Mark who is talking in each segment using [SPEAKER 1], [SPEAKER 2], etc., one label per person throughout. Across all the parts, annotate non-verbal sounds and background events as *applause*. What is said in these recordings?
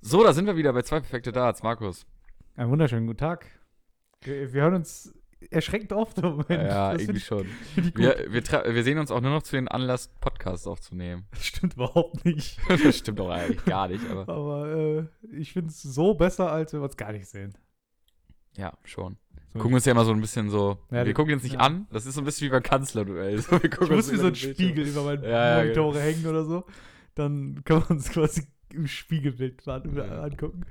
[SPEAKER 1] So, da sind wir wieder bei zwei perfekte Darts, Markus.
[SPEAKER 2] Einen wunderschönen guten Tag. Wir, wir hören uns erschreckend oft. im Moment.
[SPEAKER 1] ja,
[SPEAKER 2] Das
[SPEAKER 1] irgendwie
[SPEAKER 2] find ich-
[SPEAKER 1] schon.
[SPEAKER 2] find ich gut.
[SPEAKER 1] Wir, wir, tra- wir sehen uns auch nur noch zu den Anlass, Podcasts aufzunehmen. *laughs*
[SPEAKER 2] Das stimmt überhaupt nicht.
[SPEAKER 1] das stimmt doch eigentlich gar nicht, aber
[SPEAKER 2] Aber äh, ich finde es so besser, als wenn wir uns gar nicht sehen.
[SPEAKER 1] ja, schon.
[SPEAKER 2] So.
[SPEAKER 1] Gucken uns ja immer so ein bisschen so.
[SPEAKER 2] Ja,
[SPEAKER 1] wir
[SPEAKER 2] die-
[SPEAKER 1] gucken uns nicht
[SPEAKER 2] ja.
[SPEAKER 1] an, das ist so ein bisschen wie beim Kanzlerduell. *laughs* So, wir
[SPEAKER 2] Ich
[SPEAKER 1] gucken
[SPEAKER 2] muss
[SPEAKER 1] uns
[SPEAKER 2] mir
[SPEAKER 1] über
[SPEAKER 2] so einen
[SPEAKER 1] den Bildschirm-
[SPEAKER 2] Spiegel über meine
[SPEAKER 1] Ja, genau. ja,
[SPEAKER 2] Monitore hängen oder so. Dann können wir uns quasi im Spiegelbild an,
[SPEAKER 1] Ja.
[SPEAKER 2] angucken.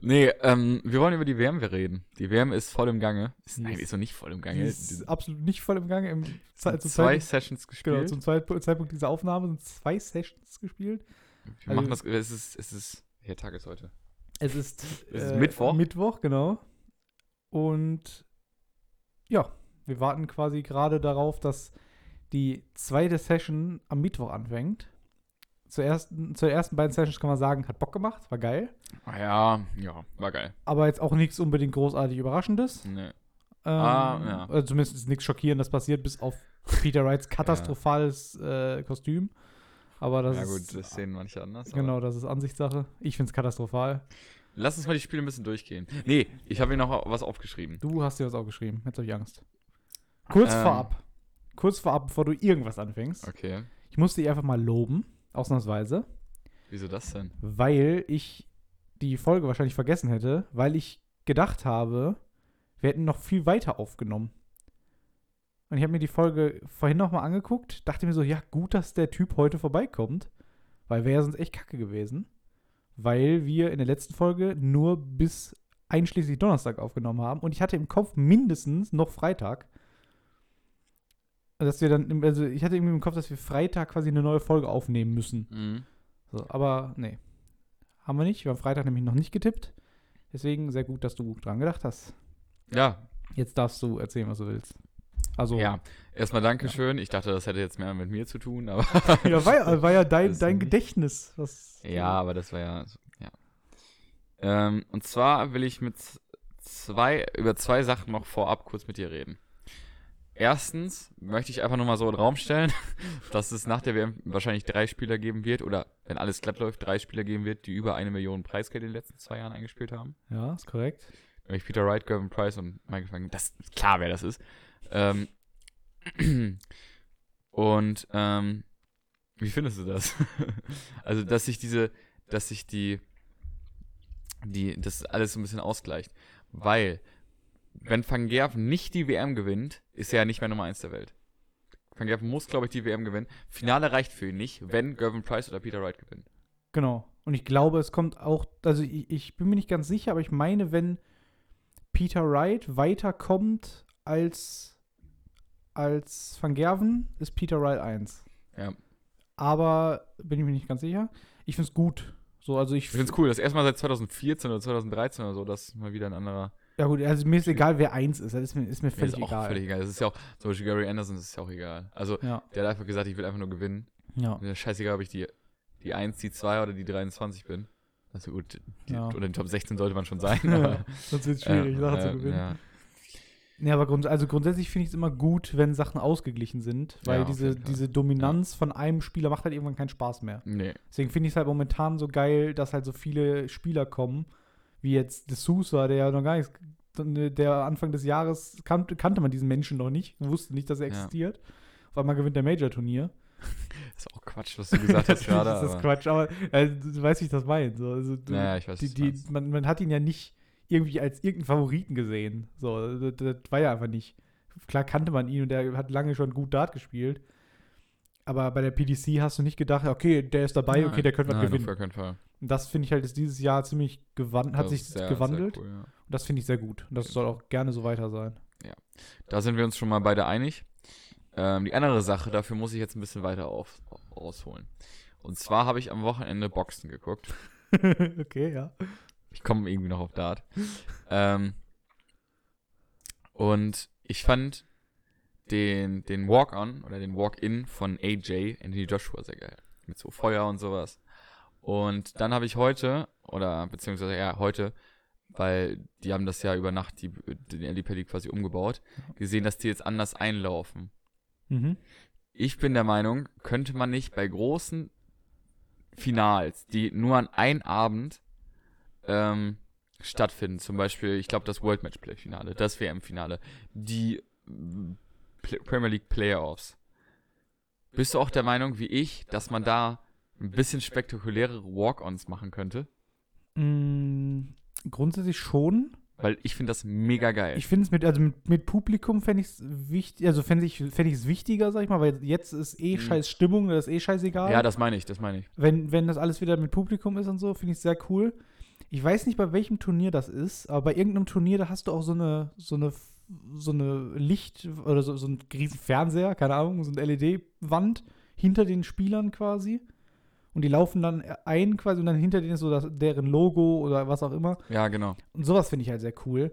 [SPEAKER 1] Nee, ähm, wir wollen über die WM wir reden. Die WM ist voll im Gange. Ist,
[SPEAKER 2] Die
[SPEAKER 1] nein,
[SPEAKER 2] ist-
[SPEAKER 1] ist noch nicht voll im
[SPEAKER 2] Die
[SPEAKER 1] Gange.
[SPEAKER 2] ist absolut nicht voll im Gange. Im Ze- zum
[SPEAKER 1] zwei
[SPEAKER 2] Zeitpunkt,
[SPEAKER 1] Sessions gespielt.
[SPEAKER 2] genau, zum Zeitpunkt Zeitpunkt dieser Aufnahme sind zwei Sessions gespielt.
[SPEAKER 1] wir machen das.
[SPEAKER 2] also-
[SPEAKER 1] Es ist, es ist. Welcher Tag ist heute?
[SPEAKER 2] Es ist, äh,
[SPEAKER 1] Es ist Mittwoch.
[SPEAKER 2] Mittwoch, genau. Und ja, wir warten quasi gerade darauf, dass die zweite Session am Mittwoch anfängt. Zur ersten, zu den ersten beiden Sessions kann man sagen, hat Bock gemacht, war geil.
[SPEAKER 1] Ah ja, ja, war geil. Ne,
[SPEAKER 2] Aber jetzt auch nichts unbedingt großartig Überraschendes.
[SPEAKER 1] Nee.
[SPEAKER 2] Ähm,
[SPEAKER 1] Ah, ja.
[SPEAKER 2] also Zumindest ist nichts Schockierendes passiert, bis auf
[SPEAKER 1] *laughs*
[SPEAKER 2] Peter Wrights katastrophales äh, Kostüm. Aber das
[SPEAKER 1] ja
[SPEAKER 2] ist.
[SPEAKER 1] gut, das sehen manche anders. aber-
[SPEAKER 2] genau, das ist Ansichtssache. Ich finde es katastrophal.
[SPEAKER 1] Lass uns mal die Spiele ein bisschen durchgehen. Nee, ich habe mir noch was aufgeschrieben.
[SPEAKER 2] Du hast dir was aufgeschrieben. Jetzt habe ich Angst. Kurz
[SPEAKER 1] Ähm.
[SPEAKER 2] vorab. Kurz vorab, bevor du irgendwas anfängst.
[SPEAKER 1] Okay.
[SPEAKER 2] Ich muss dich einfach mal loben, ausnahmsweise,
[SPEAKER 1] Wieso das denn?
[SPEAKER 2] weil ich die Folge wahrscheinlich vergessen hätte, weil ich gedacht habe, wir hätten noch viel weiter aufgenommen. Und ich habe mir die Folge vorhin nochmal angeguckt, dachte mir so, ja, gut, dass der Typ heute vorbeikommt, weil wäre ja sonst echt kacke gewesen, weil wir in der letzten Folge nur bis einschließlich Donnerstag aufgenommen haben und ich hatte im Kopf mindestens noch Freitag. Dass wir dann, also ich hatte irgendwie im Kopf, dass wir Freitag quasi eine neue Folge aufnehmen müssen.
[SPEAKER 1] Mhm.
[SPEAKER 2] So, aber nee. Haben wir nicht. Wir haben Freitag nämlich noch nicht getippt. Deswegen sehr gut, dass du dran gedacht hast.
[SPEAKER 1] Ja,
[SPEAKER 2] Jetzt darfst du erzählen, was du willst. Also,
[SPEAKER 1] ja. Erstmal Dankeschön. Ich dachte, das hätte jetzt mehr mit mir zu tun, aber.
[SPEAKER 2] *laughs* Ja, war, ja- war ja dein,
[SPEAKER 1] Das
[SPEAKER 2] dein
[SPEAKER 1] nicht.
[SPEAKER 2] Gedächtnis. Was
[SPEAKER 1] *laughs* Ja, aber das war ja. so- ja. Ähm, und zwar will ich mit z- zwei, über zwei Sachen noch vorab kurz mit dir reden. Erstens möchte ich einfach nur mal so in den Raum stellen, *laughs* dass es nach der WM wahrscheinlich drei Spieler geben wird, oder wenn alles glatt läuft, drei Spieler geben wird, die über eine Million Preisgeld in den letzten zwei Jahren eingespielt haben.
[SPEAKER 2] Ja, ist korrekt.
[SPEAKER 1] Nämlich Peter Wright, Gervin Price und Michael Franken. Das ist klar, wer das ist. Ähm, *clears throat* und ähm, wie findest du das? *laughs* also, dass sich diese, dass sich die, die, das alles so ein bisschen ausgleicht. Weil, wenn Van Gerven nicht die WM gewinnt, ist er ja nicht mehr Nummer 1 der Welt. Van Gerven muss, glaube ich, die WM gewinnen. Finale reicht für ihn nicht, wenn Gervin Price oder Peter Wright gewinnen.
[SPEAKER 2] Genau. Und ich glaube, es kommt auch, also ich, ich bin mir nicht ganz sicher, aber ich meine, wenn Peter Wright weiterkommt als, als Van Gerven, ist Peter Wright 1.
[SPEAKER 1] Ja.
[SPEAKER 2] Aber bin ich mir nicht ganz sicher. Ich finde es gut. So, also ich
[SPEAKER 1] Ich finde es cool, dass erstmal seit 2014 oder 2013 oder so, dass mal wieder ein anderer
[SPEAKER 2] Ja gut, also mir ist egal, wer eins ist. Das ist mir, ist mir
[SPEAKER 1] Mir
[SPEAKER 2] völlig
[SPEAKER 1] ist auch
[SPEAKER 2] egal.
[SPEAKER 1] völlig egal. Das ist ja auch, zum Beispiel Gary Anderson das ist ja auch egal. Also,
[SPEAKER 2] Ja,
[SPEAKER 1] der hat einfach gesagt, ich will einfach nur gewinnen. *laughs*
[SPEAKER 2] ja.
[SPEAKER 1] Mir ist scheißegal, ob ich die, die 1, die 2 oder die 23 bin. Also gut, die,
[SPEAKER 2] Ja.
[SPEAKER 1] oder in den Top 16 sollte man schon sein.
[SPEAKER 2] *laughs* ja.
[SPEAKER 1] aber,
[SPEAKER 2] Sonst wird es schwierig,
[SPEAKER 1] äh,
[SPEAKER 2] Sachen
[SPEAKER 1] äh,
[SPEAKER 2] zu gewinnen. Ja,
[SPEAKER 1] Ja.
[SPEAKER 2] aber grunds also grundsätzlich finde ich es immer gut, wenn Sachen ausgeglichen sind, weil
[SPEAKER 1] Ja, auf
[SPEAKER 2] diese,
[SPEAKER 1] jeden Fall.
[SPEAKER 2] diese Dominanz von einem Spieler macht halt irgendwann keinen Spaß mehr.
[SPEAKER 1] Nee.
[SPEAKER 2] Deswegen finde ich es halt momentan so geil, dass halt so viele Spieler kommen, wie jetzt De Sousa, der ja noch gar nichts, ne, der Anfang des Jahres kannte, kannte man diesen Menschen noch nicht, wusste nicht, dass er
[SPEAKER 1] Ja.
[SPEAKER 2] existiert. Auf einmal gewinnt der Major-Turnier.
[SPEAKER 1] Ist auch Quatsch,
[SPEAKER 2] *laughs*
[SPEAKER 1] was du gesagt hast
[SPEAKER 2] Natürlich
[SPEAKER 1] gerade.
[SPEAKER 2] ist das
[SPEAKER 1] aber-
[SPEAKER 2] Quatsch, aber äh, du weißt, wie ich das meine. So, also, du,
[SPEAKER 1] Naja, ich weiß,
[SPEAKER 2] die,
[SPEAKER 1] was du
[SPEAKER 2] die,
[SPEAKER 1] meinst.
[SPEAKER 2] man, man hat ihn ja nicht irgendwie als irgendeinen Favoriten gesehen. So, das, das war ja einfach nicht. Klar kannte man ihn und der hat lange schon gut Dart gespielt. Aber bei der PDC hast du nicht gedacht, okay, der ist dabei, okay,
[SPEAKER 1] Nein.
[SPEAKER 2] der könnte was
[SPEAKER 1] Nein, auf
[SPEAKER 2] gewinnen.
[SPEAKER 1] gar keinen Fall.
[SPEAKER 2] Und das finde ich halt ist dieses Jahr ziemlich gewandelt, hat
[SPEAKER 1] Das
[SPEAKER 2] sich
[SPEAKER 1] ist sehr-
[SPEAKER 2] gewandelt.
[SPEAKER 1] Sehr cool, ja.
[SPEAKER 2] Und das finde ich sehr gut. Und das soll auch gerne so weiter sein.
[SPEAKER 1] Da sind wir uns schon mal beide einig. Ähm, die andere Sache, dafür muss ich jetzt ein bisschen weiter auf, ausholen. Und zwar habe ich am Wochenende Boxen geguckt.
[SPEAKER 2] okay, ja.
[SPEAKER 1] Ich komme irgendwie noch auf Dart. ähm, und ich fand den, den Walk-On oder den Walk-In von AJ, Anthony Joshua, sehr geil. Mit so Feuer und sowas. Und dann habe ich heute, oder beziehungsweise ja, heute, weil die haben das ja über Nacht, die, die Pelli quasi umgebaut, gesehen, dass die jetzt anders einlaufen.
[SPEAKER 2] Mhm.
[SPEAKER 1] Ich bin der Meinung, könnte man nicht bei großen Finals, die nur an einem Abend ähm, stattfinden, zum Beispiel, ich glaube, das World Match Play Finale, das WM Finale, die ähm, Pl- Premier League Playoffs. Bist du auch der Meinung, wie ich, dass man da ein bisschen spektakulärere Walk-Ons machen könnte?
[SPEAKER 2] Mm, grundsätzlich schon.
[SPEAKER 1] Weil ich finde das mega geil.
[SPEAKER 2] Ich finde es mit, also mit, mit Publikum fände ich es wichtig, also fände ich es wichtiger, sag ich mal, weil jetzt ist eh
[SPEAKER 1] Mhm.
[SPEAKER 2] scheiß Stimmung, das ist eh scheißegal.
[SPEAKER 1] ja, das meine ich, das meine ich.
[SPEAKER 2] wenn, wenn das alles wieder mit Publikum ist und so, finde ich sehr cool. Ich weiß nicht, bei welchem Turnier das ist, aber bei irgendeinem Turnier, da hast du auch so eine, so eine, so eine Licht- oder so, so einen riesen Fernseher, keine Ahnung, so eine LED-Wand hinter den Spielern quasi. Und die laufen dann ein quasi und dann hinter denen ist so das, deren Logo oder was auch immer.
[SPEAKER 1] Ja, genau.
[SPEAKER 2] Und sowas finde ich halt sehr cool.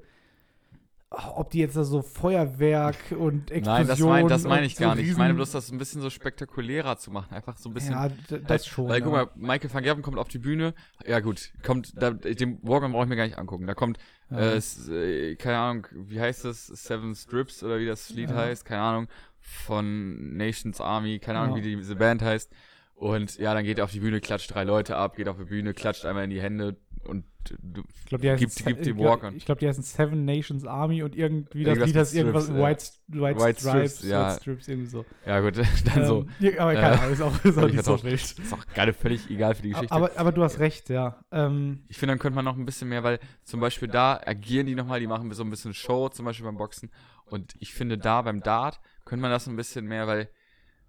[SPEAKER 2] Ach, Ob die jetzt da so Feuerwerk und Explosion
[SPEAKER 1] Nein, das meine das mein ich
[SPEAKER 2] und
[SPEAKER 1] gar
[SPEAKER 2] so
[SPEAKER 1] nicht. Ich meine
[SPEAKER 2] riesen-
[SPEAKER 1] bloß, das ein bisschen so spektakulärer zu machen. Einfach so ein bisschen.
[SPEAKER 2] Ja, d- das
[SPEAKER 1] Als-
[SPEAKER 2] schon.
[SPEAKER 1] Weil guck
[SPEAKER 2] aber-
[SPEAKER 1] mal, Michael van Gerven kommt auf die Bühne. Ja gut, kommt, da, den Walkman brauche ich mir gar nicht angucken. Da kommt, äh,
[SPEAKER 2] Ja.
[SPEAKER 1] s- äh, keine Ahnung, wie heißt das? Seven Strips oder wie das Lied
[SPEAKER 2] Ja.
[SPEAKER 1] heißt, keine Ahnung. Von Nations Army, keine Ahnung,
[SPEAKER 2] Ja.
[SPEAKER 1] wie die, diese Band heißt. Und ja, dann geht er auf die Bühne, klatscht drei Leute ab, geht auf die Bühne, klatscht einmal in die Hände und du,
[SPEAKER 2] Ich glaube, die heißen
[SPEAKER 1] Gibt-
[SPEAKER 2] Se-
[SPEAKER 1] gibt die
[SPEAKER 2] ich
[SPEAKER 1] Walk on.
[SPEAKER 2] glaub- Ich glaube, die heißen Seven Nations Army und irgendwie das
[SPEAKER 1] Irgendwas
[SPEAKER 2] Lied
[SPEAKER 1] mit
[SPEAKER 2] heißt irgendwas
[SPEAKER 1] Strips, ja.
[SPEAKER 2] White, St- White,
[SPEAKER 1] White
[SPEAKER 2] Stripes,
[SPEAKER 1] Strips, ja.
[SPEAKER 2] White Strips, irgendwie so.
[SPEAKER 1] ja gut, dann *laughs* so.
[SPEAKER 2] Ähm, ja, aber keine
[SPEAKER 1] Äh,
[SPEAKER 2] Ahnung, ist auch, ist auch
[SPEAKER 1] völlig
[SPEAKER 2] nicht so
[SPEAKER 1] vertauscht.
[SPEAKER 2] wild.
[SPEAKER 1] Ist auch gerade völlig egal für die Geschichte.
[SPEAKER 2] Aber, aber du hast recht, ja. Ähm,
[SPEAKER 1] Ich finde, dann könnte man noch ein bisschen mehr, weil zum Beispiel da agieren die nochmal, die machen so ein bisschen Show, zum Beispiel beim Boxen. Und ich finde da beim Dart könnte man das ein bisschen mehr, weil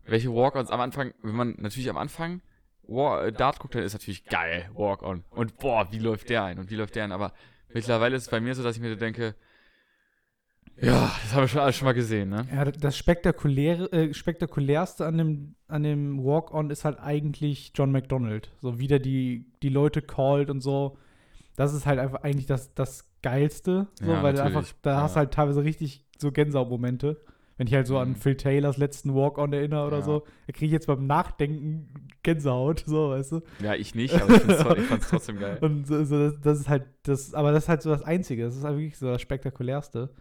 [SPEAKER 1] welche Walk-Ons am Anfang, wenn man natürlich am Anfang Wa- äh, Dart guckt, dann ist natürlich geil, Walk-On. Und boah, wie läuft der ein und wie läuft der ein. Aber mittlerweile ist es bei mir so, dass ich mir denke, ja, das haben wir schon alles schon mal gesehen, ne?
[SPEAKER 2] ja, das Spektakuläre, äh, Spektakulärste an dem, an dem Walk-On ist halt eigentlich John McDonald. So wie der die, die Leute callt und so. Das ist halt einfach eigentlich das, das Geilste. So,
[SPEAKER 1] Ja,
[SPEAKER 2] weil du
[SPEAKER 1] natürlich,
[SPEAKER 2] einfach, da
[SPEAKER 1] ja.
[SPEAKER 2] hast du halt teilweise richtig so Gänsehautmomente. Wenn ich halt so an
[SPEAKER 1] Mhm.
[SPEAKER 2] Phil Taylors letzten Walk-On erinnere oder
[SPEAKER 1] Ja.
[SPEAKER 2] so, da kriege ich jetzt beim Nachdenken Gänsehaut, so, weißt du?
[SPEAKER 1] Ja, ich nicht, aber ich fand es trotzdem geil.
[SPEAKER 2] Und so, so, das, das ist halt, das, aber das ist halt so das Einzige, das ist halt wirklich so das Spektakulärste.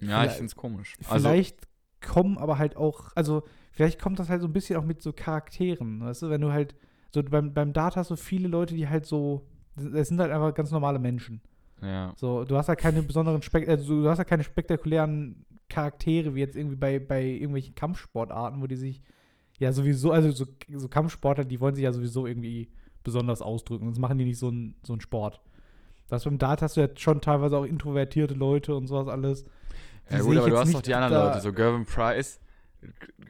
[SPEAKER 1] Ja, ich
[SPEAKER 2] Vielleicht-
[SPEAKER 1] finde es komisch. Also,
[SPEAKER 2] Vielleicht kommen aber halt auch, also vielleicht kommt das halt so ein bisschen auch mit so Charakteren, weißt du, wenn du halt, so beim, beim Dart hast du viele Leute, die halt so, es sind halt einfach ganz normale Menschen.
[SPEAKER 1] ja.
[SPEAKER 2] So, du hast ja keine besonderen Spek also, du hast ja keine spektakulären Charaktere wie jetzt irgendwie bei, bei irgendwelchen Kampfsportarten, wo die sich ja sowieso, also so, so Kampfsportler, die wollen sich ja sowieso irgendwie besonders ausdrücken, sonst machen die nicht so einen so einen Sport. Das beim Dart hast du ja schon teilweise auch introvertierte Leute und sowas alles. Die
[SPEAKER 1] Ja
[SPEAKER 2] seh
[SPEAKER 1] gut,
[SPEAKER 2] ich
[SPEAKER 1] aber du
[SPEAKER 2] jetzt
[SPEAKER 1] hast
[SPEAKER 2] nicht
[SPEAKER 1] doch die anderen
[SPEAKER 2] da-
[SPEAKER 1] Leute, so Gervin Price.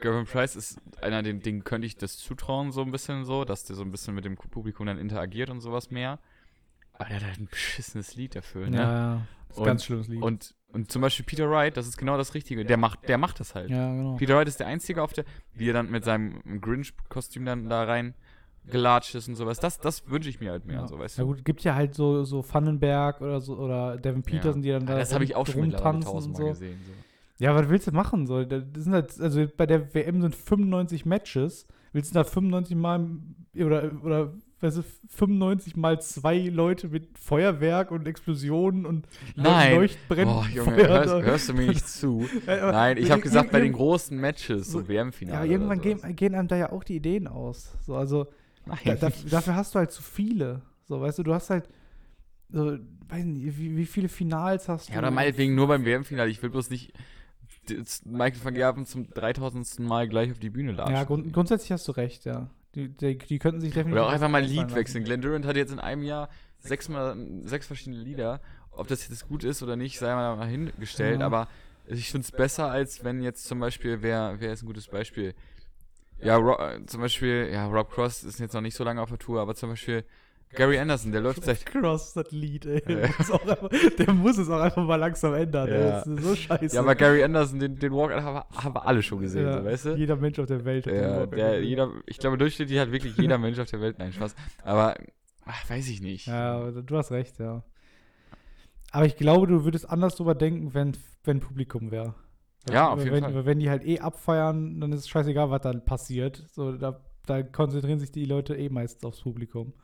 [SPEAKER 1] Gervin Price ist einer, dem, dem könnte ich das zutrauen, so ein bisschen so, dass der so ein bisschen mit dem Publikum dann interagiert und sowas mehr. Aber der hat halt ein beschissenes Lied dafür, ne?
[SPEAKER 2] ja. Das ist
[SPEAKER 1] Und-
[SPEAKER 2] ein ganz schlimmes Lied.
[SPEAKER 1] Und, und zum Beispiel Peter Wright, das ist genau das Richtige. Der macht, der macht das halt.
[SPEAKER 2] ja, genau.
[SPEAKER 1] Peter Wright ist der Einzige auf der, wie er dann mit seinem Grinch-Kostüm dann da rein gelatscht ist und sowas. Das, das wünsche ich mir halt mehr,
[SPEAKER 2] ja.
[SPEAKER 1] so weißt
[SPEAKER 2] ja
[SPEAKER 1] du.
[SPEAKER 2] gut, gibt ja halt so, so Vandenberg oder so oder Devin Peterson, die dann da
[SPEAKER 1] Ja, das habe ich auch schon mittlerweile
[SPEAKER 2] rumtanzen und
[SPEAKER 1] tausendmal
[SPEAKER 2] so.
[SPEAKER 1] gesehen. So.
[SPEAKER 2] Ja, was willst du machen? So, das sind halt, also bei der WM sind 95 Matches. Willst du da 95 Mal oder, oder weißt du, 95 mal zwei Leute mit Feuerwerk und Explosionen und Leucht-
[SPEAKER 1] Nein.
[SPEAKER 2] Leuchtbrennen?
[SPEAKER 1] Boah,
[SPEAKER 2] *laughs*
[SPEAKER 1] Junge,
[SPEAKER 2] Feuer-
[SPEAKER 1] hörst, hörst du mir
[SPEAKER 2] *laughs*
[SPEAKER 1] nicht zu?
[SPEAKER 2] Ja, aber-
[SPEAKER 1] Nein, ich habe
[SPEAKER 2] *laughs* Ir-
[SPEAKER 1] gesagt, bei
[SPEAKER 2] ir-
[SPEAKER 1] den großen Matches, so WM-Finale.
[SPEAKER 2] Ja, aber irgendwann
[SPEAKER 1] oder
[SPEAKER 2] gehen,
[SPEAKER 1] sowas.
[SPEAKER 2] gehen einem da ja auch die Ideen aus. So, also da,
[SPEAKER 1] Nein.
[SPEAKER 2] da, dafür hast du halt zu viele. So, weißt du, du hast halt so, weiß nicht, wie, wie viele Finals hast
[SPEAKER 1] *laughs*
[SPEAKER 2] du?
[SPEAKER 1] ja, oder meinetwegen nur beim WM-Finale. Ich will bloß nicht d- z- Michael van Gerven zum 3000. Mal gleich auf die Bühne latschen.
[SPEAKER 2] ja grund, grundsätzlich hast du recht, ja. Die, die, die könnten sich definitiv.
[SPEAKER 1] Oder auch einfach mal ein
[SPEAKER 2] was einfallen
[SPEAKER 1] Lied
[SPEAKER 2] lassen.
[SPEAKER 1] wechseln. Glenn Durant hat jetzt in einem Jahr sechsmal, sechs verschiedene Lieder. Ob das jetzt gut ist oder nicht, sei mal dahingestellt.
[SPEAKER 2] Ja.
[SPEAKER 1] Aber ich finde es besser, als wenn jetzt zum Beispiel, wer, wer ist ein gutes Beispiel? Ja, Ro äh, zum Beispiel, ja, Rob Cross ist jetzt noch nicht so lange auf der Tour, aber zum Beispiel Gary Anderson, der läuft seit
[SPEAKER 2] Cross, das Lied, ey.
[SPEAKER 1] Ja.
[SPEAKER 2] Das ist auch einfach, der muss es auch einfach mal langsam ändern. Ey.
[SPEAKER 1] Ja.
[SPEAKER 2] Das ist so scheiße.
[SPEAKER 1] Ja, aber Gary Anderson, den, den Walk haben wir, haben wir alle schon gesehen,
[SPEAKER 2] Ja,
[SPEAKER 1] so, weißt du?
[SPEAKER 2] Jeder Mensch auf der Welt den
[SPEAKER 1] Ja,
[SPEAKER 2] Walk
[SPEAKER 1] der,
[SPEAKER 2] gesehen.
[SPEAKER 1] jeder, ich glaube, durchschnittlich hat wirklich jeder Mensch auf der Welt einen Spaß. Aber ach, weiß ich nicht.
[SPEAKER 2] Ja, aber du hast recht, ja. Aber ich glaube, du würdest anders drüber denken, wenn, wenn Publikum wäre.
[SPEAKER 1] Ja, auf jeden
[SPEAKER 2] wenn,
[SPEAKER 1] Fall.
[SPEAKER 2] Wenn die halt eh abfeiern, dann ist es scheißegal, was dann passiert. So, da, da konzentrieren sich die Leute eh meistens aufs Publikum.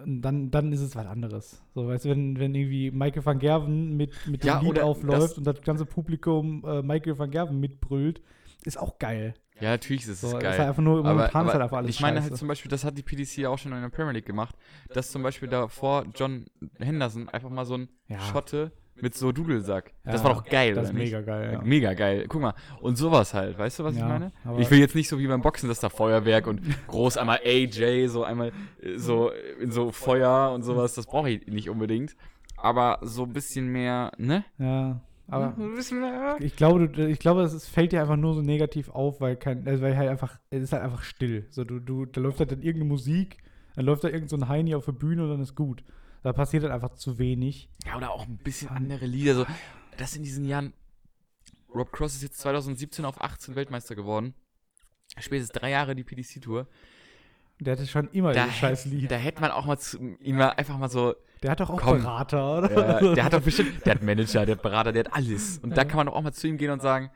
[SPEAKER 2] Und dann, dann ist es was anderes. So, weißt du, wenn, wenn irgendwie Michael van Gerven mit, mit dem
[SPEAKER 1] Ja,
[SPEAKER 2] Lied
[SPEAKER 1] oder
[SPEAKER 2] aufläuft
[SPEAKER 1] das-
[SPEAKER 2] und das ganze Publikum äh, Michael van Gerven mitbrüllt, ist auch geil.
[SPEAKER 1] Ja, natürlich ist es
[SPEAKER 2] So,
[SPEAKER 1] geil.
[SPEAKER 2] Ist halt einfach nur
[SPEAKER 1] aber,
[SPEAKER 2] momentan
[SPEAKER 1] aber
[SPEAKER 2] ist halt einfach alles
[SPEAKER 1] ich meine
[SPEAKER 2] scheiße.
[SPEAKER 1] halt zum Beispiel, das hat die PDC ja auch schon in der Premier League gemacht, dass zum Beispiel davor John Henderson einfach mal so ein
[SPEAKER 2] Ja.
[SPEAKER 1] Schotte mit so Dudelsack.
[SPEAKER 2] Ja,
[SPEAKER 1] das war doch geil, oder
[SPEAKER 2] das ist
[SPEAKER 1] nicht?
[SPEAKER 2] mega geil. Ja.
[SPEAKER 1] Äh, Mega geil. Guck mal. Und sowas halt. Weißt du, was ich
[SPEAKER 2] Ja,
[SPEAKER 1] meine?
[SPEAKER 2] aber-
[SPEAKER 1] Ich will jetzt nicht so wie beim Boxen, dass da Feuerwerk und groß einmal AJ, so einmal äh, so äh, in so Feuer und sowas. Das brauche ich nicht unbedingt. Aber so ein bisschen mehr, ne?
[SPEAKER 2] ja, aber
[SPEAKER 1] Mhm. ein bisschen mehr.
[SPEAKER 2] ich glaube, du, ich glaube, es ist- fällt dir einfach nur so negativ auf, weil kein, also weil halt einfach, es ist halt einfach still. So du, du, da läuft halt dann irgendeine Musik, dann läuft da irgend so ein Heini auf der Bühne und dann ist gut. Da passiert halt einfach zu wenig.
[SPEAKER 1] Ja, oder auch ein bisschen andere Lieder. So, das in diesen Jahren. Rob Cross ist jetzt 2017 auf 18 Weltmeister geworden. Er spielt jetzt drei Jahre die PDC-Tour.
[SPEAKER 2] Der hatte schon immer
[SPEAKER 1] Da,
[SPEAKER 2] dieses scheiß Lied.
[SPEAKER 1] da hätte man auch mal zu, ihm mal einfach mal so
[SPEAKER 2] der hat doch auch
[SPEAKER 1] komm.
[SPEAKER 2] Berater, oder?
[SPEAKER 1] Ja, der *laughs* hat doch bestimmt, der hat Manager, der hat Berater, der hat alles. Und da kann man doch auch mal zu ihm gehen und sagen,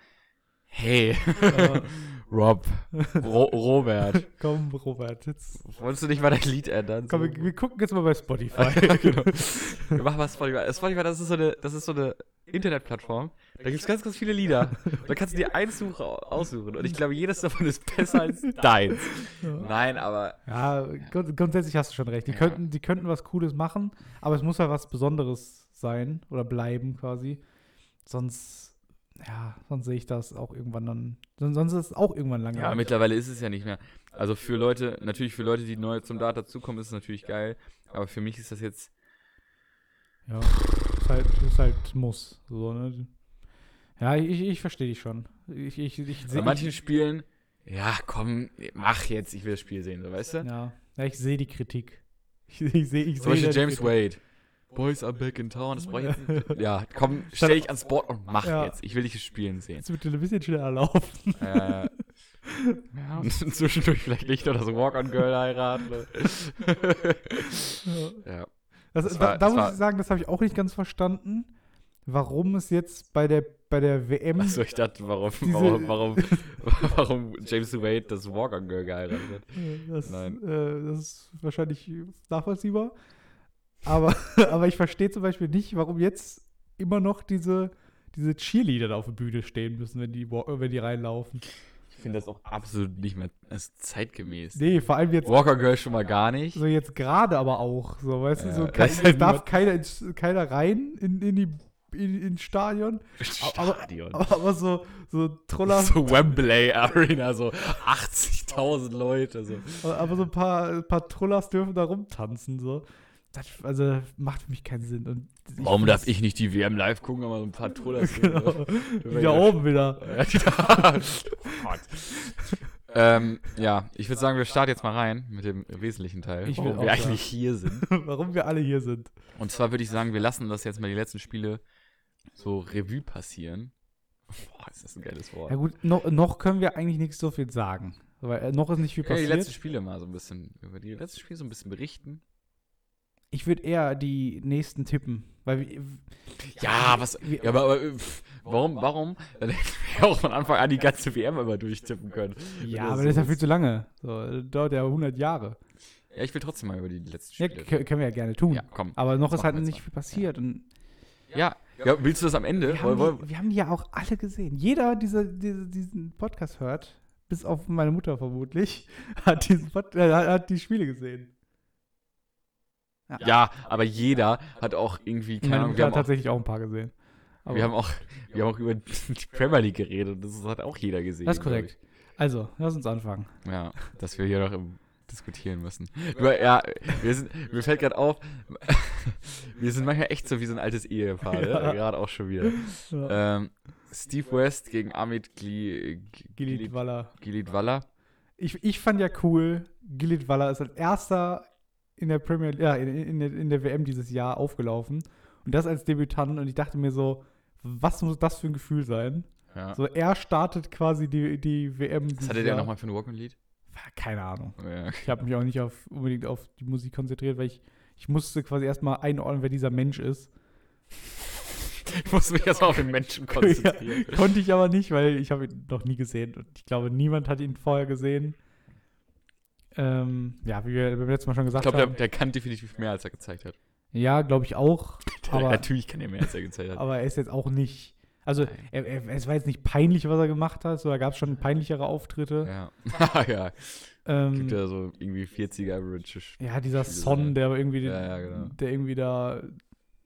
[SPEAKER 1] hey, *laughs* Rob, Ro Robert,
[SPEAKER 2] *laughs* komm, Robert, jetzt.
[SPEAKER 1] wolltest du nicht mal dein Lied ändern?
[SPEAKER 2] Komm, wir,
[SPEAKER 1] so,
[SPEAKER 2] wir gucken jetzt mal bei Spotify.
[SPEAKER 1] *laughs* genau. wir machen mal Spotify. Spotify, das ist so eine, das ist so eine Internetplattform. Da gibt es ganz, ganz viele Lieder. Da kannst du dir eins such- aussuchen. Und ich glaube, jedes davon ist besser *laughs* als deins. Nein, aber
[SPEAKER 2] Ja, grund grundsätzlich hast du schon recht. Die,
[SPEAKER 1] Ja.
[SPEAKER 2] könnten, die könnten was Cooles machen, aber es muss ja was Besonderes sein oder bleiben quasi. Sonst, ja, sonst sehe ich das auch irgendwann dann. Sonst, sonst ist es auch irgendwann lange.
[SPEAKER 1] Ja, mittlerweile ist es ja nicht mehr. Also für Leute, natürlich für Leute, die neu zum Dart dazukommen, ist es natürlich geil. Aber für mich ist das jetzt,
[SPEAKER 2] ja ist halt, ist halt muss. So, ne? Ja, ich, ich verstehe dich schon. Ich, ich, ich
[SPEAKER 1] bei
[SPEAKER 2] sehe
[SPEAKER 1] manchen
[SPEAKER 2] ich,
[SPEAKER 1] Spielen, ja, komm, mach jetzt, ich will das Spiel sehen, so, weißt du?
[SPEAKER 2] ja, ja, ich sehe die Kritik. *laughs* Ich, ich sehe ich
[SPEAKER 1] zum
[SPEAKER 2] sehe
[SPEAKER 1] Beispiel
[SPEAKER 2] die
[SPEAKER 1] James
[SPEAKER 2] Kritik.
[SPEAKER 1] Wade. Boys are back in town, das brauch ich jetzt nicht. Ja, komm, stell dich ans Board und mach
[SPEAKER 2] Ja.
[SPEAKER 1] jetzt. Ich will dich spielen sehen. *laughs*
[SPEAKER 2] *laughs* Jetzt bitte ein bisschen schneller laufen.
[SPEAKER 1] äh, ja, *laughs* und zwischendurch vielleicht nicht oder so Walk-on-Girl heiraten. ne?
[SPEAKER 2] Ja.
[SPEAKER 1] *laughs* ja.
[SPEAKER 2] Das,
[SPEAKER 1] Das war-
[SPEAKER 2] da da
[SPEAKER 1] das
[SPEAKER 2] muss
[SPEAKER 1] war-
[SPEAKER 2] ich sagen, das habe ich auch nicht ganz verstanden, warum es jetzt bei der, bei der WM.
[SPEAKER 1] Achso, ich dachte, warum,
[SPEAKER 2] Diese-
[SPEAKER 1] warum, warum, warum James Wade das Walk-on-Girl geheiratet hat.
[SPEAKER 2] Äh, *laughs* das,
[SPEAKER 1] Nein.
[SPEAKER 2] Äh, das ist wahrscheinlich nachvollziehbar. Aber, *laughs* aber ich verstehe zum Beispiel nicht, warum jetzt immer noch diese, diese Cheerleader da auf der Bühne stehen müssen, wenn die, wa- wenn die reinlaufen.
[SPEAKER 1] Ich finde das auch absolut nicht mehr das ist zeitgemäß.
[SPEAKER 2] Nee, vor allem jetzt.
[SPEAKER 1] Walker Girl schon mal gar nicht.
[SPEAKER 2] So jetzt gerade aber auch, so weißt du,
[SPEAKER 1] Ja,
[SPEAKER 2] so
[SPEAKER 1] das
[SPEAKER 2] kein,
[SPEAKER 1] ist
[SPEAKER 2] es
[SPEAKER 1] halt
[SPEAKER 2] darf
[SPEAKER 1] nur-
[SPEAKER 2] keiner, ins, keiner rein in, in die in, ins Stadion, aber-
[SPEAKER 1] Stadion.
[SPEAKER 2] aber, aber so, so Troller,
[SPEAKER 1] so Wembley Arena, so 80.000 Leute. So.
[SPEAKER 2] Aber Äh, aber so ein paar, ein paar Trullers dürfen da rumtanzen, so. Das, also, macht für mich keinen Sinn. Und ich-
[SPEAKER 1] Warum darf ich nicht die WM live gucken, aber so ein paar
[SPEAKER 2] *laughs*
[SPEAKER 1] Trollers sehen,
[SPEAKER 2] Genau.
[SPEAKER 1] oder?
[SPEAKER 2] Wieder oben wieder.
[SPEAKER 1] *laughs*
[SPEAKER 2] *laughs*
[SPEAKER 1] Ja, die da. Oh Gott. ähm, ja, ich würde sagen, wir starten jetzt mal rein mit dem wesentlichen Teil,
[SPEAKER 2] Ich will
[SPEAKER 1] warum
[SPEAKER 2] auch
[SPEAKER 1] wir
[SPEAKER 2] sagen.
[SPEAKER 1] eigentlich hier sind.
[SPEAKER 2] Warum wir alle hier sind.
[SPEAKER 1] Und zwar würde ich sagen, wir lassen das jetzt mal die letzten Spiele so Revue passieren. Boah, ist das ein geiles Wort.
[SPEAKER 2] Ja, gut, noch, noch können wir eigentlich nicht so viel sagen. Weil äh, noch ist nicht viel
[SPEAKER 1] Ja, die
[SPEAKER 2] passiert.
[SPEAKER 1] letzten Spiele mal so ein bisschen, über die letzten Spiele so ein bisschen berichten.
[SPEAKER 2] ich würde eher die nächsten tippen. Weil wir,
[SPEAKER 1] Ja, was,
[SPEAKER 2] wir,
[SPEAKER 1] ja, aber, aber pff, warum, warum? Dann hätten wir auch von Anfang an die ganze WM immer durchtippen können.
[SPEAKER 2] ja,
[SPEAKER 1] Oder
[SPEAKER 2] aber das ist ja
[SPEAKER 1] sowas.
[SPEAKER 2] viel zu lange. So, das dauert ja 100 Jahre.
[SPEAKER 1] Ja, ich will trotzdem mal über die letzten
[SPEAKER 2] Ja,
[SPEAKER 1] Spiele.
[SPEAKER 2] kö- können wir ja gerne tun.
[SPEAKER 1] Ja, komm.
[SPEAKER 2] Aber noch ist halt
[SPEAKER 1] machen wir
[SPEAKER 2] nicht viel passiert. Und
[SPEAKER 1] Ja, ja, willst du das am Ende?
[SPEAKER 2] Wir
[SPEAKER 1] Wollen-
[SPEAKER 2] haben, die,
[SPEAKER 1] wollen-
[SPEAKER 2] wir haben die ja auch alle gesehen. Jeder, dieser diese, diesen Podcast hört, bis auf meine Mutter vermutlich, *laughs* hat, diesen Pod äh, hat, hat die Spiele gesehen.
[SPEAKER 1] Ja, aber jeder hat auch irgendwie, keine
[SPEAKER 2] Meine
[SPEAKER 1] Ahnung,
[SPEAKER 2] Mutter
[SPEAKER 1] wir
[SPEAKER 2] hat
[SPEAKER 1] haben auch,
[SPEAKER 2] tatsächlich auch ein paar gesehen. Aber
[SPEAKER 1] wir haben auch, wir haben auch über die Premier League geredet und das hat auch jeder gesehen.
[SPEAKER 2] das ist
[SPEAKER 1] glaub ich.
[SPEAKER 2] korrekt. Also, lass
[SPEAKER 1] *laughs*
[SPEAKER 2] uns anfangen.
[SPEAKER 1] Ja, dass wir hier noch im diskutieren müssen. Nur, ja, wir sind, mir fällt gerade auf, *laughs* wir sind manchmal echt so wie so ein altes Ehepaar,
[SPEAKER 2] Ja.
[SPEAKER 1] ne? gerade auch schon wieder.
[SPEAKER 2] Ja.
[SPEAKER 1] Ähm, Steve West gegen Amit Gli-
[SPEAKER 2] Gilid
[SPEAKER 1] Gilid
[SPEAKER 2] Waller.
[SPEAKER 1] Gilid Walla.
[SPEAKER 2] Ich, ich fand ja cool, Gilid Waller ist als erster in der Premier ja, in, in, der, in der WM dieses Jahr aufgelaufen. Und das als Debütant. Und ich dachte mir so, was muss das für ein Gefühl sein?
[SPEAKER 1] Ja.
[SPEAKER 2] So, er startet quasi die, die WM.
[SPEAKER 1] Was
[SPEAKER 2] dieses
[SPEAKER 1] hatte der
[SPEAKER 2] Jahr.
[SPEAKER 1] nochmal für ein Walkman-Lied?
[SPEAKER 2] Keine Ahnung.
[SPEAKER 1] Ja. *laughs*
[SPEAKER 2] Ich habe mich auch nicht auf, unbedingt auf die Musik konzentriert, weil ich, ich musste quasi erstmal einordnen, wer dieser Mensch ist.
[SPEAKER 1] *laughs* Ich muss mich erstmal auf den Menschen konzentrieren.
[SPEAKER 2] Ja, konnte ich aber nicht, weil ich habe ihn noch nie gesehen und ich glaube, niemand hat ihn vorher gesehen. Ähm, ja, wie wir beim letzten Mal schon
[SPEAKER 1] Ich
[SPEAKER 2] gesagt
[SPEAKER 1] glaube, der,
[SPEAKER 2] haben.
[SPEAKER 1] der kann definitiv mehr, als er gezeigt hat.
[SPEAKER 2] ja, glaube ich auch.
[SPEAKER 1] Der,
[SPEAKER 2] Aber,
[SPEAKER 1] natürlich kann er mehr, als er gezeigt hat.
[SPEAKER 2] aber er ist jetzt auch nicht Also,
[SPEAKER 1] Nein.
[SPEAKER 2] er, er, es war jetzt nicht peinlich, was er gemacht hat, so, da gab es schon peinlichere Auftritte.
[SPEAKER 1] Ja. *laughs* ja.
[SPEAKER 2] ähm,
[SPEAKER 1] Gibt ja so irgendwie 40er Average.
[SPEAKER 2] Ja, dieser
[SPEAKER 1] Spiele
[SPEAKER 2] Son,
[SPEAKER 1] sind.
[SPEAKER 2] der aber irgendwie, den-
[SPEAKER 1] Ja, ja, genau.
[SPEAKER 2] der irgendwie da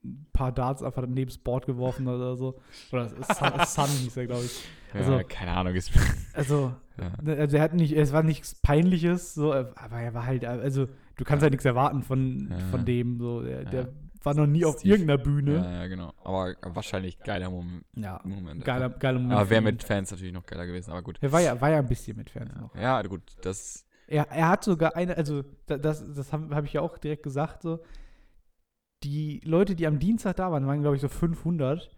[SPEAKER 2] ein paar Darts einfach neben das Board geworfen hat oder so. Oder Sun, Sun hieß er, glaube ich.
[SPEAKER 1] Ja,
[SPEAKER 2] also-
[SPEAKER 1] keine Ahnung. Ist,
[SPEAKER 2] Also,
[SPEAKER 1] ja.
[SPEAKER 2] ne, also er hat nicht, es war nichts Peinliches, so, äh, aber er war halt, äh, also du kannst ja, nichts erwarten von,
[SPEAKER 1] Ja.
[SPEAKER 2] von dem. So, der,
[SPEAKER 1] Ja.
[SPEAKER 2] der war noch nie auf
[SPEAKER 1] Steve.
[SPEAKER 2] irgendeiner Bühne.
[SPEAKER 1] ja, ja, genau. Aber wahrscheinlich geiler Mom
[SPEAKER 2] Ja,
[SPEAKER 1] Moment.
[SPEAKER 2] geiler, geiler Moment.
[SPEAKER 1] Aber wäre
[SPEAKER 2] für ihn.
[SPEAKER 1] mit Fans natürlich noch geiler gewesen, aber gut.
[SPEAKER 2] Er war ja, war ja ein bisschen mit Fans noch.
[SPEAKER 1] Ja, gut, das.
[SPEAKER 2] Er, er hat sogar eine, also da- das, das habe hab ich ja auch direkt gesagt, so, die Leute, die am Dienstag da waren, waren glaube ich so 500,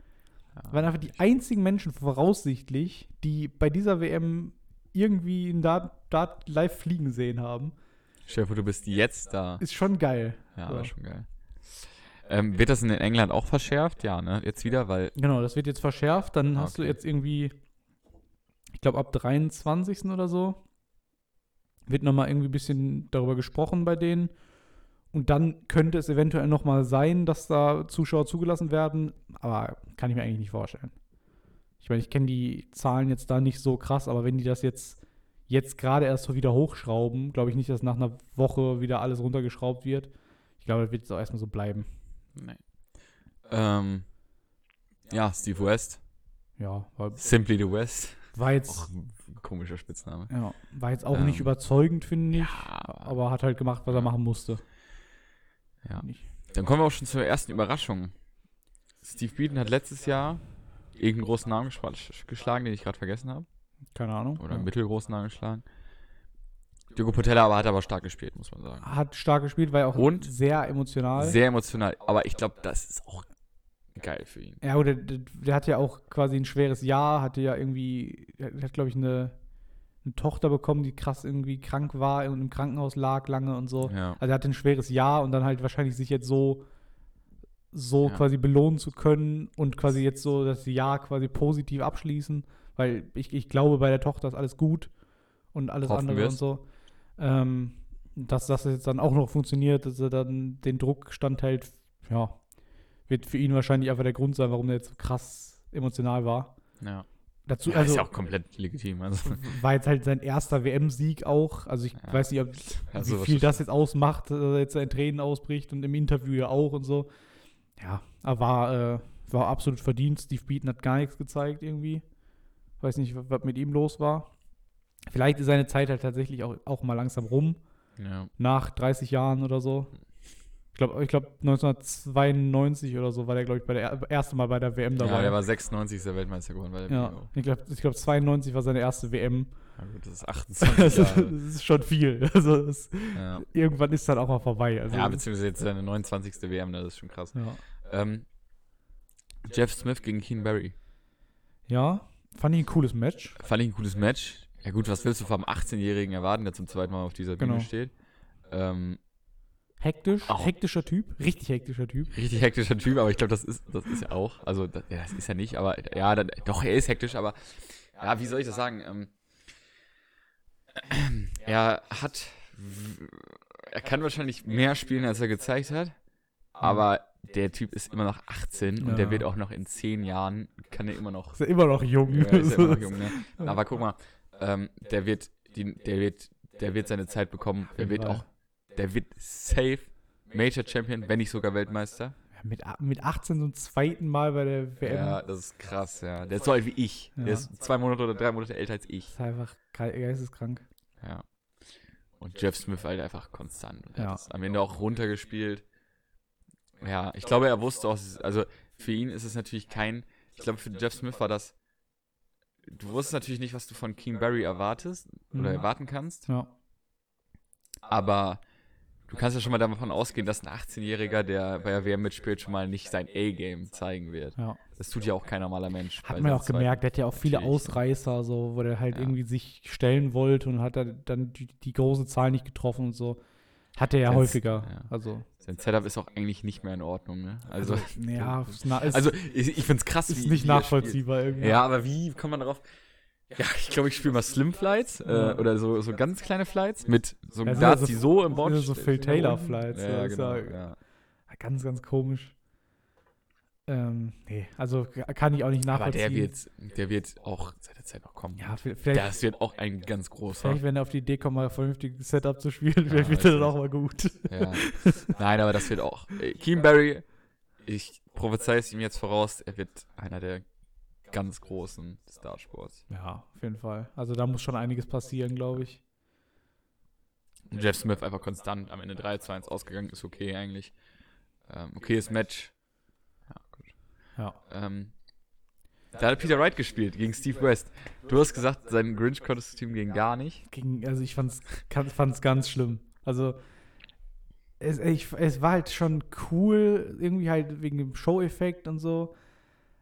[SPEAKER 1] Ja.
[SPEAKER 2] waren einfach die einzigen Menschen voraussichtlich, die bei dieser WM irgendwie ein Dart, Dart live fliegen sehen haben.
[SPEAKER 1] Stell dir vor, du bist jetzt da.
[SPEAKER 2] Ist schon geil.
[SPEAKER 1] Ja,
[SPEAKER 2] so.
[SPEAKER 1] aber schon geil. Ähm, wird das in England auch verschärft? Ja, ne? Jetzt wieder, weil.
[SPEAKER 2] Genau, das wird jetzt verschärft, dann
[SPEAKER 1] Ah,
[SPEAKER 2] hast du
[SPEAKER 1] okay.
[SPEAKER 2] jetzt irgendwie, ich glaube ab 23. oder so, wird nochmal irgendwie ein bisschen darüber gesprochen bei denen. Und dann könnte es eventuell nochmal sein, dass da Zuschauer zugelassen werden, aber kann ich mir eigentlich nicht vorstellen. Ich meine, ich kenne die Zahlen jetzt da nicht so krass, aber wenn die das jetzt, jetzt gerade erst so wieder hochschrauben, glaube ich nicht, dass nach einer Woche wieder alles runtergeschraubt wird. Ich glaube, das wird jetzt auch erstmal so bleiben.
[SPEAKER 1] Nee. Ähm, ja, Steve West.
[SPEAKER 2] Ja, war,
[SPEAKER 1] Simply the West.
[SPEAKER 2] war jetzt.
[SPEAKER 1] Auch ein komischer Spitzname.
[SPEAKER 2] Ja, war jetzt auch
[SPEAKER 1] Ähm,
[SPEAKER 2] nicht überzeugend, finde ich.
[SPEAKER 1] Ja,
[SPEAKER 2] Aber hat halt gemacht, was er machen musste.
[SPEAKER 1] Ja.
[SPEAKER 2] Nicht.
[SPEAKER 1] Dann kommen wir auch schon zur ersten Überraschung. Steve Beaton hat letztes Jahr irgendeinen großen Namen geschwa- geschlagen, den ich gerade vergessen habe.
[SPEAKER 2] Keine Ahnung.
[SPEAKER 1] Oder
[SPEAKER 2] ja.
[SPEAKER 1] einen mittelgroßen Namen geschlagen. Diogo Portella aber hat aber stark gespielt, muss man sagen.
[SPEAKER 2] Hat stark gespielt, war ja auch
[SPEAKER 1] Und?
[SPEAKER 2] sehr emotional.
[SPEAKER 1] Sehr emotional. Aber ich glaube, das ist auch geil für ihn.
[SPEAKER 2] ja, oder der, der hatte ja auch quasi ein schweres Jahr, hatte ja irgendwie, er hat, glaube ich, eine, eine Tochter bekommen, die krass irgendwie krank war und im Krankenhaus lag lange und so.
[SPEAKER 1] Ja.
[SPEAKER 2] Also er hatte ein schweres Jahr und dann halt wahrscheinlich sich jetzt so so
[SPEAKER 1] Ja.
[SPEAKER 2] quasi belohnen zu können und quasi jetzt so das Jahr quasi positiv abschließen, weil ich, ich glaube, bei der Tochter ist alles gut und alles
[SPEAKER 1] Hoffen
[SPEAKER 2] andere
[SPEAKER 1] wir's.
[SPEAKER 2] und so. Ähm, dass das jetzt dann auch noch funktioniert, dass er dann den Druck standhält, ja, wird für ihn wahrscheinlich einfach der Grund sein, warum er jetzt so krass emotional war.
[SPEAKER 1] ja.
[SPEAKER 2] Dazu,
[SPEAKER 1] ist
[SPEAKER 2] also,
[SPEAKER 1] ja auch komplett legitim. Also,
[SPEAKER 2] war jetzt halt sein erster WM-Sieg auch. Also ich
[SPEAKER 1] Ja.
[SPEAKER 2] weiß nicht, ob,
[SPEAKER 1] also
[SPEAKER 2] wie viel
[SPEAKER 1] was-
[SPEAKER 2] das jetzt ausmacht, dass er jetzt in Tränen ausbricht und im Interview ja auch und so. Ja, aber war, äh, war absolut verdient. Steve Beaton hat gar nichts gezeigt irgendwie. Weiß nicht, wa- was mit ihm los war. Vielleicht ist seine Zeit halt tatsächlich auch, auch mal langsam rum,
[SPEAKER 1] Ja.
[SPEAKER 2] nach 30 Jahren oder so. Ich glaube, ich glaub 1992 oder so war der, glaube ich, bei der er- erste Mal bei der WM dabei.
[SPEAKER 1] ja, der war 96. der Weltmeister geworden. Bei der
[SPEAKER 2] ja.
[SPEAKER 1] WM.
[SPEAKER 2] ich glaube, ich glaub, 92 war seine erste WM.
[SPEAKER 1] ja gut, das ist
[SPEAKER 2] Das
[SPEAKER 1] 28
[SPEAKER 2] *laughs* ist, das
[SPEAKER 1] Jahre.
[SPEAKER 2] ist schon viel. *laughs* Also das,
[SPEAKER 1] Ja.
[SPEAKER 2] irgendwann ist dann auch mal vorbei. Also,
[SPEAKER 1] ja, beziehungsweise jetzt seine 29. WM, ne, das ist schon krass.
[SPEAKER 2] ja.
[SPEAKER 1] Ähm, Jeff Smith gegen Keen Barry.
[SPEAKER 2] ja, fand ich ein cooles Match.
[SPEAKER 1] Fand ich ein cooles Match. Ja gut, was willst du vom 18-Jährigen erwarten, der zum zweiten Mal auf dieser Bühne
[SPEAKER 2] Genau.
[SPEAKER 1] steht? Ähm,
[SPEAKER 2] Hektisch,
[SPEAKER 1] Auch.
[SPEAKER 2] hektischer Typ, richtig hektischer Typ.
[SPEAKER 1] richtig hektischer Typ, aber ich glaube, das ist, das ist ja auch. Also, das, ja, das ist ja nicht, aber ja, dann, doch, er ist hektisch, aber ja, wie soll ich das sagen? Ähm, *clears throat* er hat, er kann wahrscheinlich mehr spielen, als er gezeigt hat, aber der Typ ist immer noch 18 und
[SPEAKER 2] Ja.
[SPEAKER 1] der wird auch noch in 10 Jahren, kann er immer noch
[SPEAKER 2] Ist ja immer noch jung.
[SPEAKER 1] Ja, ist ja
[SPEAKER 2] *laughs*
[SPEAKER 1] immer noch jung, ne? Aber guck mal, ähm, der wird, die, der wird, der wird seine Zeit bekommen. Der wird auch, der wird safe Major Champion, wenn nicht sogar Weltmeister.
[SPEAKER 2] Ja, Mit, a- mit 18 zum zweiten Mal bei der WM.
[SPEAKER 1] Ja, das ist krass, ja. Der ist so alt wie ich.
[SPEAKER 2] Ja.
[SPEAKER 1] Der ist zwei Monate oder drei Monate älter als ich.
[SPEAKER 2] Das ist einfach ge- geisteskrank.
[SPEAKER 1] Ja. Und Jeff Smith halt einfach konstant. Und er
[SPEAKER 2] Ja.
[SPEAKER 1] hat es am Ende auch runtergespielt. Ja, ich glaube, er wusste auch, es ist- also für ihn ist es natürlich kein, ich glaube, für Jeff Smith war das, du wusstest natürlich nicht, was du von King Barry erwartest oder
[SPEAKER 2] Mhm.
[SPEAKER 1] erwarten kannst.
[SPEAKER 2] Ja.
[SPEAKER 1] Aber du kannst ja schon mal davon ausgehen, dass ein 18-Jähriger, der bei der WM mitspielt, schon mal nicht sein A-Game zeigen wird.
[SPEAKER 2] Ja.
[SPEAKER 1] Das tut ja auch kein normaler Mensch.
[SPEAKER 2] Hat
[SPEAKER 1] bei
[SPEAKER 2] man
[SPEAKER 1] seinem
[SPEAKER 2] ja auch gemerkt, der hat ja auch viele
[SPEAKER 1] natürlich.
[SPEAKER 2] Ausreißer, so, wo der halt
[SPEAKER 1] Ja.
[SPEAKER 2] irgendwie sich stellen wollte und hat er dann die, die große Zahl nicht getroffen und so. Hat er ja
[SPEAKER 1] Das-
[SPEAKER 2] häufiger.
[SPEAKER 1] ja.
[SPEAKER 2] Also,
[SPEAKER 1] Zweiten. Sein Setup ist auch eigentlich nicht mehr in Ordnung. Ne? Also, *laughs*
[SPEAKER 2] ja, ist, na, ist,
[SPEAKER 1] also ich, ich find's krass,
[SPEAKER 2] ist
[SPEAKER 1] wie-
[SPEAKER 2] nicht
[SPEAKER 1] wie er
[SPEAKER 2] nachvollziehbar
[SPEAKER 1] spielt.
[SPEAKER 2] irgendwie.
[SPEAKER 1] Ja, aber wie kommt man darauf? Ja, ich glaube, ich spiele mal Slim Flights äh, oder so, so ganz kleine Flights mit so
[SPEAKER 2] Ja, das
[SPEAKER 1] Darts,
[SPEAKER 2] sind
[SPEAKER 1] die
[SPEAKER 2] ja so-
[SPEAKER 1] so im Board
[SPEAKER 2] das sind ja so
[SPEAKER 1] stehen,
[SPEAKER 2] Phil
[SPEAKER 1] nach
[SPEAKER 2] Taylor
[SPEAKER 1] unten.
[SPEAKER 2] Flights,
[SPEAKER 1] genau, Ja,
[SPEAKER 2] ja, ist
[SPEAKER 1] genau,
[SPEAKER 2] ja-
[SPEAKER 1] ja.
[SPEAKER 2] Ganz, ganz komisch. Ähm, nee, also kann ich auch nicht
[SPEAKER 1] Aber
[SPEAKER 2] nachvollziehen.
[SPEAKER 1] der wird, der wird auch seit der Zeit noch kommen.
[SPEAKER 2] ja, vi- vielleicht,
[SPEAKER 1] Das wird auch ein ganz großer.
[SPEAKER 2] vielleicht, wenn er auf die Idee kommt, mal ein vernünftiges Setup zu spielen,
[SPEAKER 1] Ja,
[SPEAKER 2] *laughs* vielleicht wird
[SPEAKER 1] weiß
[SPEAKER 2] er dann
[SPEAKER 1] nicht.
[SPEAKER 2] auch mal gut.
[SPEAKER 1] Ja. Nein, aber das wird auch. äh, Keenberry, ich prophezei es ihm jetzt voraus, er wird einer der ganz großen des Dartsports.
[SPEAKER 2] Ja, auf jeden Fall. Also da muss schon einiges passieren, glaube ich.
[SPEAKER 1] Und Jeff Smith einfach konstant am Ende 3 zu 1 ausgegangen, ist okay eigentlich. Ähm, okayes Match. Ja, gut.
[SPEAKER 2] Ja.
[SPEAKER 1] Ähm, da hat Peter Wright gespielt gegen Steve West. Du hast gesagt, sein Grinch konntest du Team gegen gar nicht.
[SPEAKER 2] Ging, also ich fand's, kan- fand's ganz schlimm. Also es, ich, es war halt schon cool, irgendwie halt wegen dem Show-Effekt und so.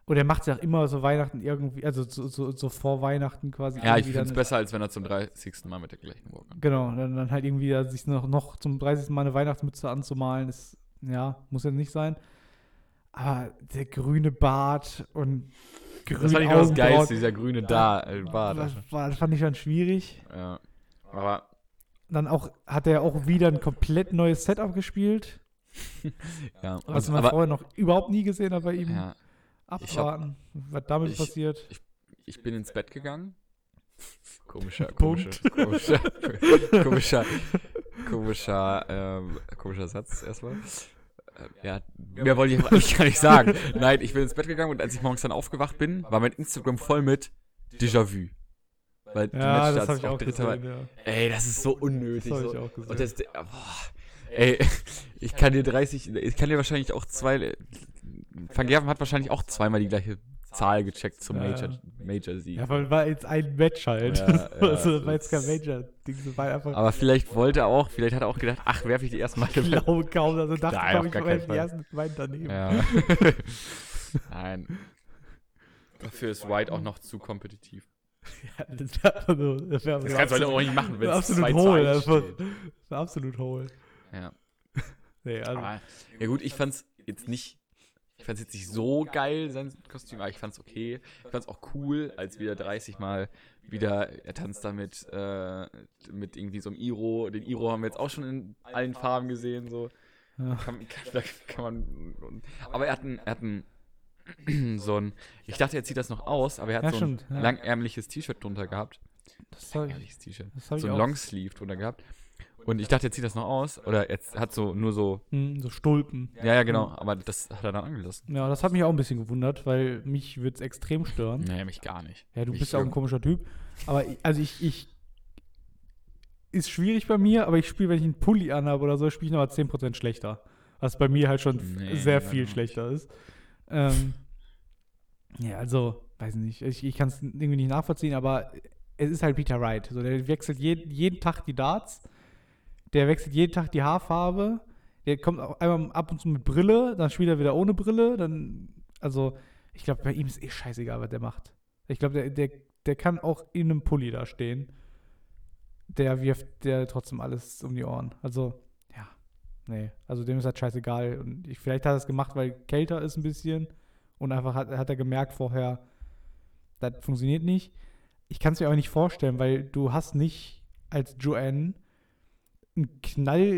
[SPEAKER 2] Und er macht ja auch immer so Weihnachten irgendwie, also so, so, so vor Weihnachten quasi.
[SPEAKER 1] Ja, ich
[SPEAKER 2] irgendwie
[SPEAKER 1] finde es
[SPEAKER 2] dann-
[SPEAKER 1] besser, als wenn er zum 30. Mal mit der gleichen Walk ankommt.
[SPEAKER 2] Genau, dann, dann halt irgendwie da sich noch, noch zum 30. Mal eine Weihnachtsmütze anzumalen, ist, ja, muss ja nicht sein. Aber der grüne Bart und grüne
[SPEAKER 1] Das fand ich noch das
[SPEAKER 2] Augenbrauen,
[SPEAKER 1] Geilste, dieser grüne da, äh, Bart.
[SPEAKER 2] Das, war, das fand ich schon schwierig.
[SPEAKER 1] Ja. Aber
[SPEAKER 2] Dann auch hat er auch wieder ein komplett neues Setup gespielt,
[SPEAKER 1] Ja,
[SPEAKER 2] was
[SPEAKER 1] und-
[SPEAKER 2] man
[SPEAKER 1] aber
[SPEAKER 2] vorher noch überhaupt nie gesehen hat bei ihm.
[SPEAKER 1] ja, ich hab-
[SPEAKER 2] Abwarten, was damit
[SPEAKER 1] ich-
[SPEAKER 2] passiert.
[SPEAKER 1] ich bin ins Bett gegangen.
[SPEAKER 2] *laughs*
[SPEAKER 1] Komischer, komischer,
[SPEAKER 2] Punkt.
[SPEAKER 1] komischer, komischer, komischer, ähm, komischer Satz erstmal. Ähm, Ja, mehr wollte ich aber eigentlich gar nicht sagen. Nein, ich bin ins Bett gegangen und als ich morgens dann aufgewacht bin, war mein Instagram voll mit Déjà-vu. Weil die
[SPEAKER 2] Ja, das
[SPEAKER 1] Matchstarts
[SPEAKER 2] habe ich
[SPEAKER 1] auch
[SPEAKER 2] auch
[SPEAKER 1] dritter
[SPEAKER 2] gesehen.
[SPEAKER 1] Mal.
[SPEAKER 2] Ja.
[SPEAKER 1] Ey, das ist so unnötig.
[SPEAKER 2] Das habe
[SPEAKER 1] so.
[SPEAKER 2] ich auch gesehen.
[SPEAKER 1] Und das, der- boah, ey, *laughs* ich kann dir 30, ich kann dir wahrscheinlich auch zwei, äh, Van Gerven hat wahrscheinlich auch zweimal die gleiche Zahl gecheckt zum
[SPEAKER 2] Ja,
[SPEAKER 1] Major,
[SPEAKER 2] ja.
[SPEAKER 1] Major Sieg.
[SPEAKER 2] ja, weil war jetzt ein Match halt.
[SPEAKER 1] Ja,
[SPEAKER 2] *laughs* also,
[SPEAKER 1] ja,
[SPEAKER 2] war jetzt kein
[SPEAKER 1] das-
[SPEAKER 2] Major-Ding, das war einfach
[SPEAKER 1] Aber vielleicht wollte er auch, vielleicht hat er auch gedacht, ach, werfe ich die erstmal.
[SPEAKER 2] Ich glaube kaum, also dachte
[SPEAKER 1] Nein,
[SPEAKER 2] glaub
[SPEAKER 1] auf
[SPEAKER 2] ich
[SPEAKER 1] gar
[SPEAKER 2] vorher,
[SPEAKER 1] keinen
[SPEAKER 2] die
[SPEAKER 1] Fall.
[SPEAKER 2] ersten beiden daneben. *laughs*
[SPEAKER 1] Ja. Nein. Dafür ist White auch noch zu kompetitiv.
[SPEAKER 2] Das wäre also, das wär
[SPEAKER 1] Das kannst du
[SPEAKER 2] also
[SPEAKER 1] halt
[SPEAKER 2] absolut,
[SPEAKER 1] auch nicht machen, wenn es
[SPEAKER 2] absolut
[SPEAKER 1] 2 zu
[SPEAKER 2] hohl.
[SPEAKER 1] 1
[SPEAKER 2] Einfach,
[SPEAKER 1] steht.
[SPEAKER 2] das war absolut hohl.
[SPEAKER 1] Ja.
[SPEAKER 2] Nee, also,
[SPEAKER 1] Aber, ja gut, ich fand's jetzt nicht, ich fand's jetzt nicht so geil, sein Kostüm, aber ich fand's okay. Ich fand's auch cool, als wieder 30 Mal wieder, er tanzt da mit, äh, mit irgendwie so einem Iro. Den Iro haben wir jetzt auch schon in allen Farben gesehen, so.
[SPEAKER 2] ja.
[SPEAKER 1] Kann, kann, da kann man, aber er hat ein, er hat ein, *clears throat* so ein, ich dachte, er zieht das noch aus, aber er hat
[SPEAKER 2] Ja,
[SPEAKER 1] so ein
[SPEAKER 2] stimmt, ja.
[SPEAKER 1] langärmliches T-Shirt drunter gehabt.
[SPEAKER 2] Das halt, habe ich,
[SPEAKER 1] Langärmliches T-Shirt.
[SPEAKER 2] das hab
[SPEAKER 1] So
[SPEAKER 2] ich
[SPEAKER 1] ein
[SPEAKER 2] auch.
[SPEAKER 1] Longsleeve drunter gehabt. Und ich dachte, er zieht das noch aus, oder er hat so, nur so
[SPEAKER 2] Hm, so Stulpen.
[SPEAKER 1] ja, ja, genau. Aber das hat er dann angelassen.
[SPEAKER 2] Ja, das hat mich auch ein bisschen gewundert, weil mich würde es extrem stören.
[SPEAKER 1] Nee, mich gar nicht.
[SPEAKER 2] Ja, du
[SPEAKER 1] Mich
[SPEAKER 2] bist auch ein
[SPEAKER 1] juckt-
[SPEAKER 2] komischer Typ. Aber ich, also ich, ich ist schwierig bei mir, aber ich spiele, wenn ich einen Pulli anhabe oder so, spiele ich nochmal 10% schlechter. Was bei mir halt schon f-
[SPEAKER 1] Nee,
[SPEAKER 2] sehr
[SPEAKER 1] bei mir
[SPEAKER 2] viel
[SPEAKER 1] nicht.
[SPEAKER 2] schlechter ist. Ähm, *laughs* ja, also, weiß nicht. Ich, ich kann es irgendwie nicht nachvollziehen, aber es ist halt Peter Wright. So, der wechselt jeden, jeden Tag die Darts, der wechselt jeden Tag die Haarfarbe, der kommt auch einmal ab und zu mit Brille, dann spielt er wieder ohne Brille, dann, also, ich glaube, bei ihm ist eh scheißegal, was der macht. Ich glaube, der, der, der kann auch in einem Pulli da stehen. Der wirft der trotzdem alles um die Ohren. Also, ja, nee. Also dem ist halt scheißegal. Und ich, vielleicht hat er es gemacht, weil kälter ist ein bisschen. Und einfach hat, hat er gemerkt vorher, das funktioniert nicht. Ich kann es mir aber nicht vorstellen, weil du hast nicht als Joanne ein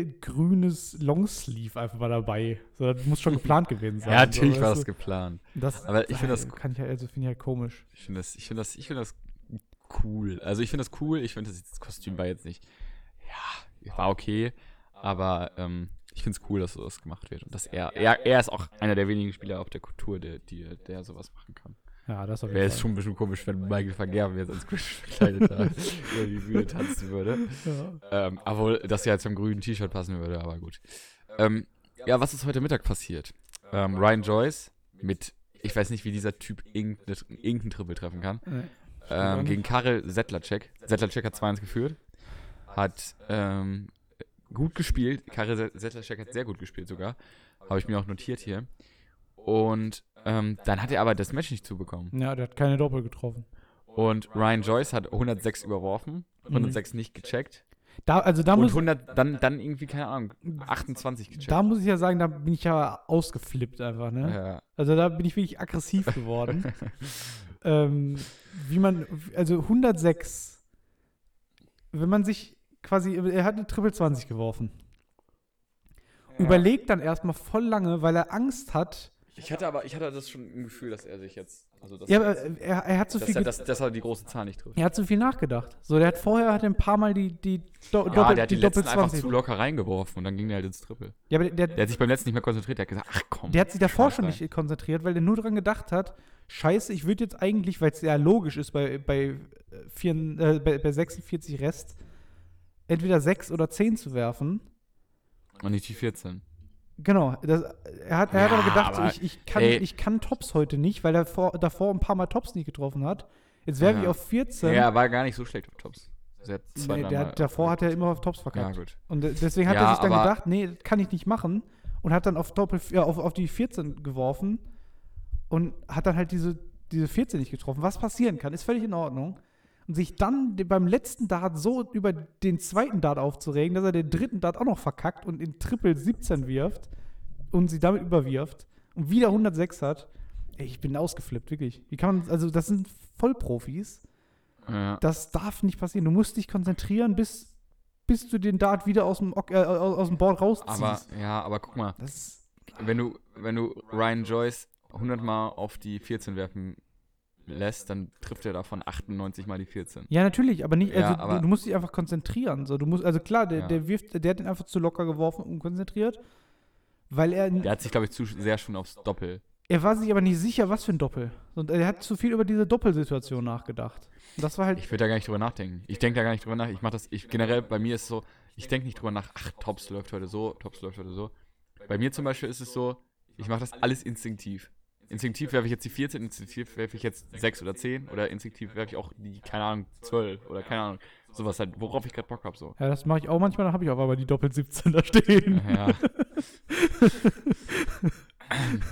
[SPEAKER 2] knallgrünes Longsleeve einfach mal dabei. So, das muss schon geplant gewesen sein.
[SPEAKER 1] *laughs* Ja, natürlich
[SPEAKER 2] so,
[SPEAKER 1] war
[SPEAKER 2] weißt
[SPEAKER 1] das
[SPEAKER 2] du?
[SPEAKER 1] geplant.
[SPEAKER 2] das.
[SPEAKER 1] Aber ich finde das,
[SPEAKER 2] kann ich halt, also finde ich halt komisch.
[SPEAKER 1] ich finde das, ich finde das, ich finde das cool. Also ich finde das cool. Ich finde das, das Kostüm war jetzt nicht, ja, war okay. Aber ähm, ich finde es cool, dass sowas gemacht wird. Und dass er, er, er ist auch einer der wenigen Spieler auf der Kultur, der, die, der sowas machen kann.
[SPEAKER 2] Ja, das auf jeden
[SPEAKER 1] Wäre jetzt
[SPEAKER 2] Fall.
[SPEAKER 1] schon ein bisschen komisch, wenn Michael van Gerben jetzt als Grinch verkleidet *laughs* da über die Bühne tanzen würde.
[SPEAKER 2] Ja.
[SPEAKER 1] Ähm, obwohl das ja zum grünen T-Shirt passen würde, aber gut. Ähm, ja, was ist heute Mittag passiert? Ähm, Ryan Joyce mit, ich weiß nicht, wie dieser Typ irgendeinen irgendein Triple treffen kann,
[SPEAKER 2] Nee.
[SPEAKER 1] ähm,
[SPEAKER 2] nicht.
[SPEAKER 1] gegen Karel Settlercheck. Settlercheck hat 2-1 geführt, hat ähm, gut gespielt. Karel Se- Settlercheck hat sehr gut gespielt sogar. Habe ich mir auch notiert hier. Und ähm, dann hat er aber das Match nicht zubekommen.
[SPEAKER 2] Ja, der hat keine Doppel getroffen.
[SPEAKER 1] Und Ryan Joyce hat 106 überworfen,
[SPEAKER 2] Mhm.
[SPEAKER 1] 106 nicht gecheckt.
[SPEAKER 2] Da, also da
[SPEAKER 1] Und
[SPEAKER 2] muss,
[SPEAKER 1] 100, dann, dann irgendwie, keine Ahnung, 28 gecheckt.
[SPEAKER 2] da muss ich ja sagen, da bin ich ja ausgeflippt einfach, ne?
[SPEAKER 1] Ja.
[SPEAKER 2] Also da bin ich wirklich
[SPEAKER 1] *laughs*
[SPEAKER 2] aggressiv geworden. ähm, wie man, also 106, wenn man sich quasi, er hat eine Triple 20 geworfen. Überlegt dann erstmal voll lange, weil er Angst hat,
[SPEAKER 1] Ich hatte aber, ich hatte das schon ein Gefühl, dass er sich jetzt, also dass,
[SPEAKER 2] Ja,
[SPEAKER 1] er,
[SPEAKER 2] aber
[SPEAKER 1] jetzt-
[SPEAKER 2] äh, er, er hat zu
[SPEAKER 1] dass,
[SPEAKER 2] viel
[SPEAKER 1] er,
[SPEAKER 2] ge-
[SPEAKER 1] dass, dass er die große Zahl nicht trifft.
[SPEAKER 2] er hat zu viel nachgedacht. So, der hat vorher hat er ein paar Mal die, die, Do
[SPEAKER 1] Ja, der hat die, letzten einfach zu locker reingeworfen und dann ging der halt ins Triple.
[SPEAKER 2] Ja, aber der,
[SPEAKER 1] Der hat sich beim letzten nicht mehr konzentriert, der hat gesagt, ach komm.
[SPEAKER 2] Der hat sich davor
[SPEAKER 1] schmeiß
[SPEAKER 2] schon
[SPEAKER 1] rein.
[SPEAKER 2] nicht konzentriert, weil der nur dran gedacht hat, scheiße, ich würde jetzt eigentlich, weil es ja logisch ist bei, bei, äh, vier, äh, bei, bei 46 Rest, entweder 6 oder 10 zu werfen.
[SPEAKER 1] Und nicht die 14.
[SPEAKER 2] Genau, das, er hat, er hat
[SPEAKER 1] Ja,
[SPEAKER 2] aber gedacht, so,
[SPEAKER 1] aber,
[SPEAKER 2] ich, ich, kann,
[SPEAKER 1] ey.
[SPEAKER 2] ich kann Tops heute nicht, weil er vor, davor ein paar Mal Tops nicht getroffen hat. Jetzt werfe
[SPEAKER 1] Ja.
[SPEAKER 2] ich auf 14.
[SPEAKER 1] ja, er war gar nicht so schlecht auf Tops. Also er hat zwei,
[SPEAKER 2] nee,
[SPEAKER 1] dreimal- Oh
[SPEAKER 2] der, hat- davor hat er immer auf Tops verkackt.
[SPEAKER 1] Ja, gut.
[SPEAKER 2] Und de- deswegen hat
[SPEAKER 1] Ja,
[SPEAKER 2] er sich dann
[SPEAKER 1] aber-
[SPEAKER 2] gedacht, nee, das kann ich nicht machen. Und hat dann auf, Doppel, ja, auf, auf die 14 geworfen und hat dann halt diese, diese 14 nicht getroffen. Was passieren kann, ist völlig in Ordnung. Und sich dann de- beim letzten Dart so über den zweiten Dart aufzuregen, dass er den dritten Dart auch noch verkackt und in Triple 17 wirft und sie damit überwirft und wieder 106 hat. Ey, ich bin ausgeflippt, wirklich. Wie kann man, also das sind Vollprofis.
[SPEAKER 1] Ja.
[SPEAKER 2] Das darf nicht passieren. Du musst dich konzentrieren, bis, bis du den Dart wieder aus dem, Ock- äh, aus aus dem Board rausziehst.
[SPEAKER 1] Aber, ja, aber guck mal,
[SPEAKER 2] das ist,
[SPEAKER 1] wenn du, wenn du Ryan Joyce 100 Mal auf die 14 werfen lässt, dann trifft er davon 98 Mal die 14.
[SPEAKER 2] ja, natürlich, aber nicht,
[SPEAKER 1] Ja,
[SPEAKER 2] also
[SPEAKER 1] aber-
[SPEAKER 2] du, du musst dich einfach konzentrieren. So. Du musst, also klar, der,
[SPEAKER 1] Ja.
[SPEAKER 2] der wirft, der hat den einfach zu locker geworfen, unkonzentriert, weil er,
[SPEAKER 1] Der hat sich, glaube ich, zu sehr schon aufs Doppel.
[SPEAKER 2] er war sich aber nicht sicher, was für ein Doppel. Und er hat zu viel über diese Doppelsituation nachgedacht. Und das war halt,
[SPEAKER 1] Ich würde da gar nicht drüber nachdenken. Ich denke da gar nicht drüber nach. Ich mache das, ich generell, bei mir ist es so, ich denke nicht drüber nach, ach, Tops läuft heute so, Tops läuft heute so. Bei mir zum Beispiel ist es so, ich mache das alles instinktiv. Instinktiv werfe ich jetzt die 14, instinktiv werfe ich jetzt 6 oder 10 oder instinktiv werfe ich auch die, keine Ahnung, 12 oder keine Ahnung, sowas halt, worauf ich gerade Bock habe so.
[SPEAKER 2] ja, das mache ich auch manchmal, da habe ich auch aber die Doppel 17 da stehen.
[SPEAKER 1] Ja.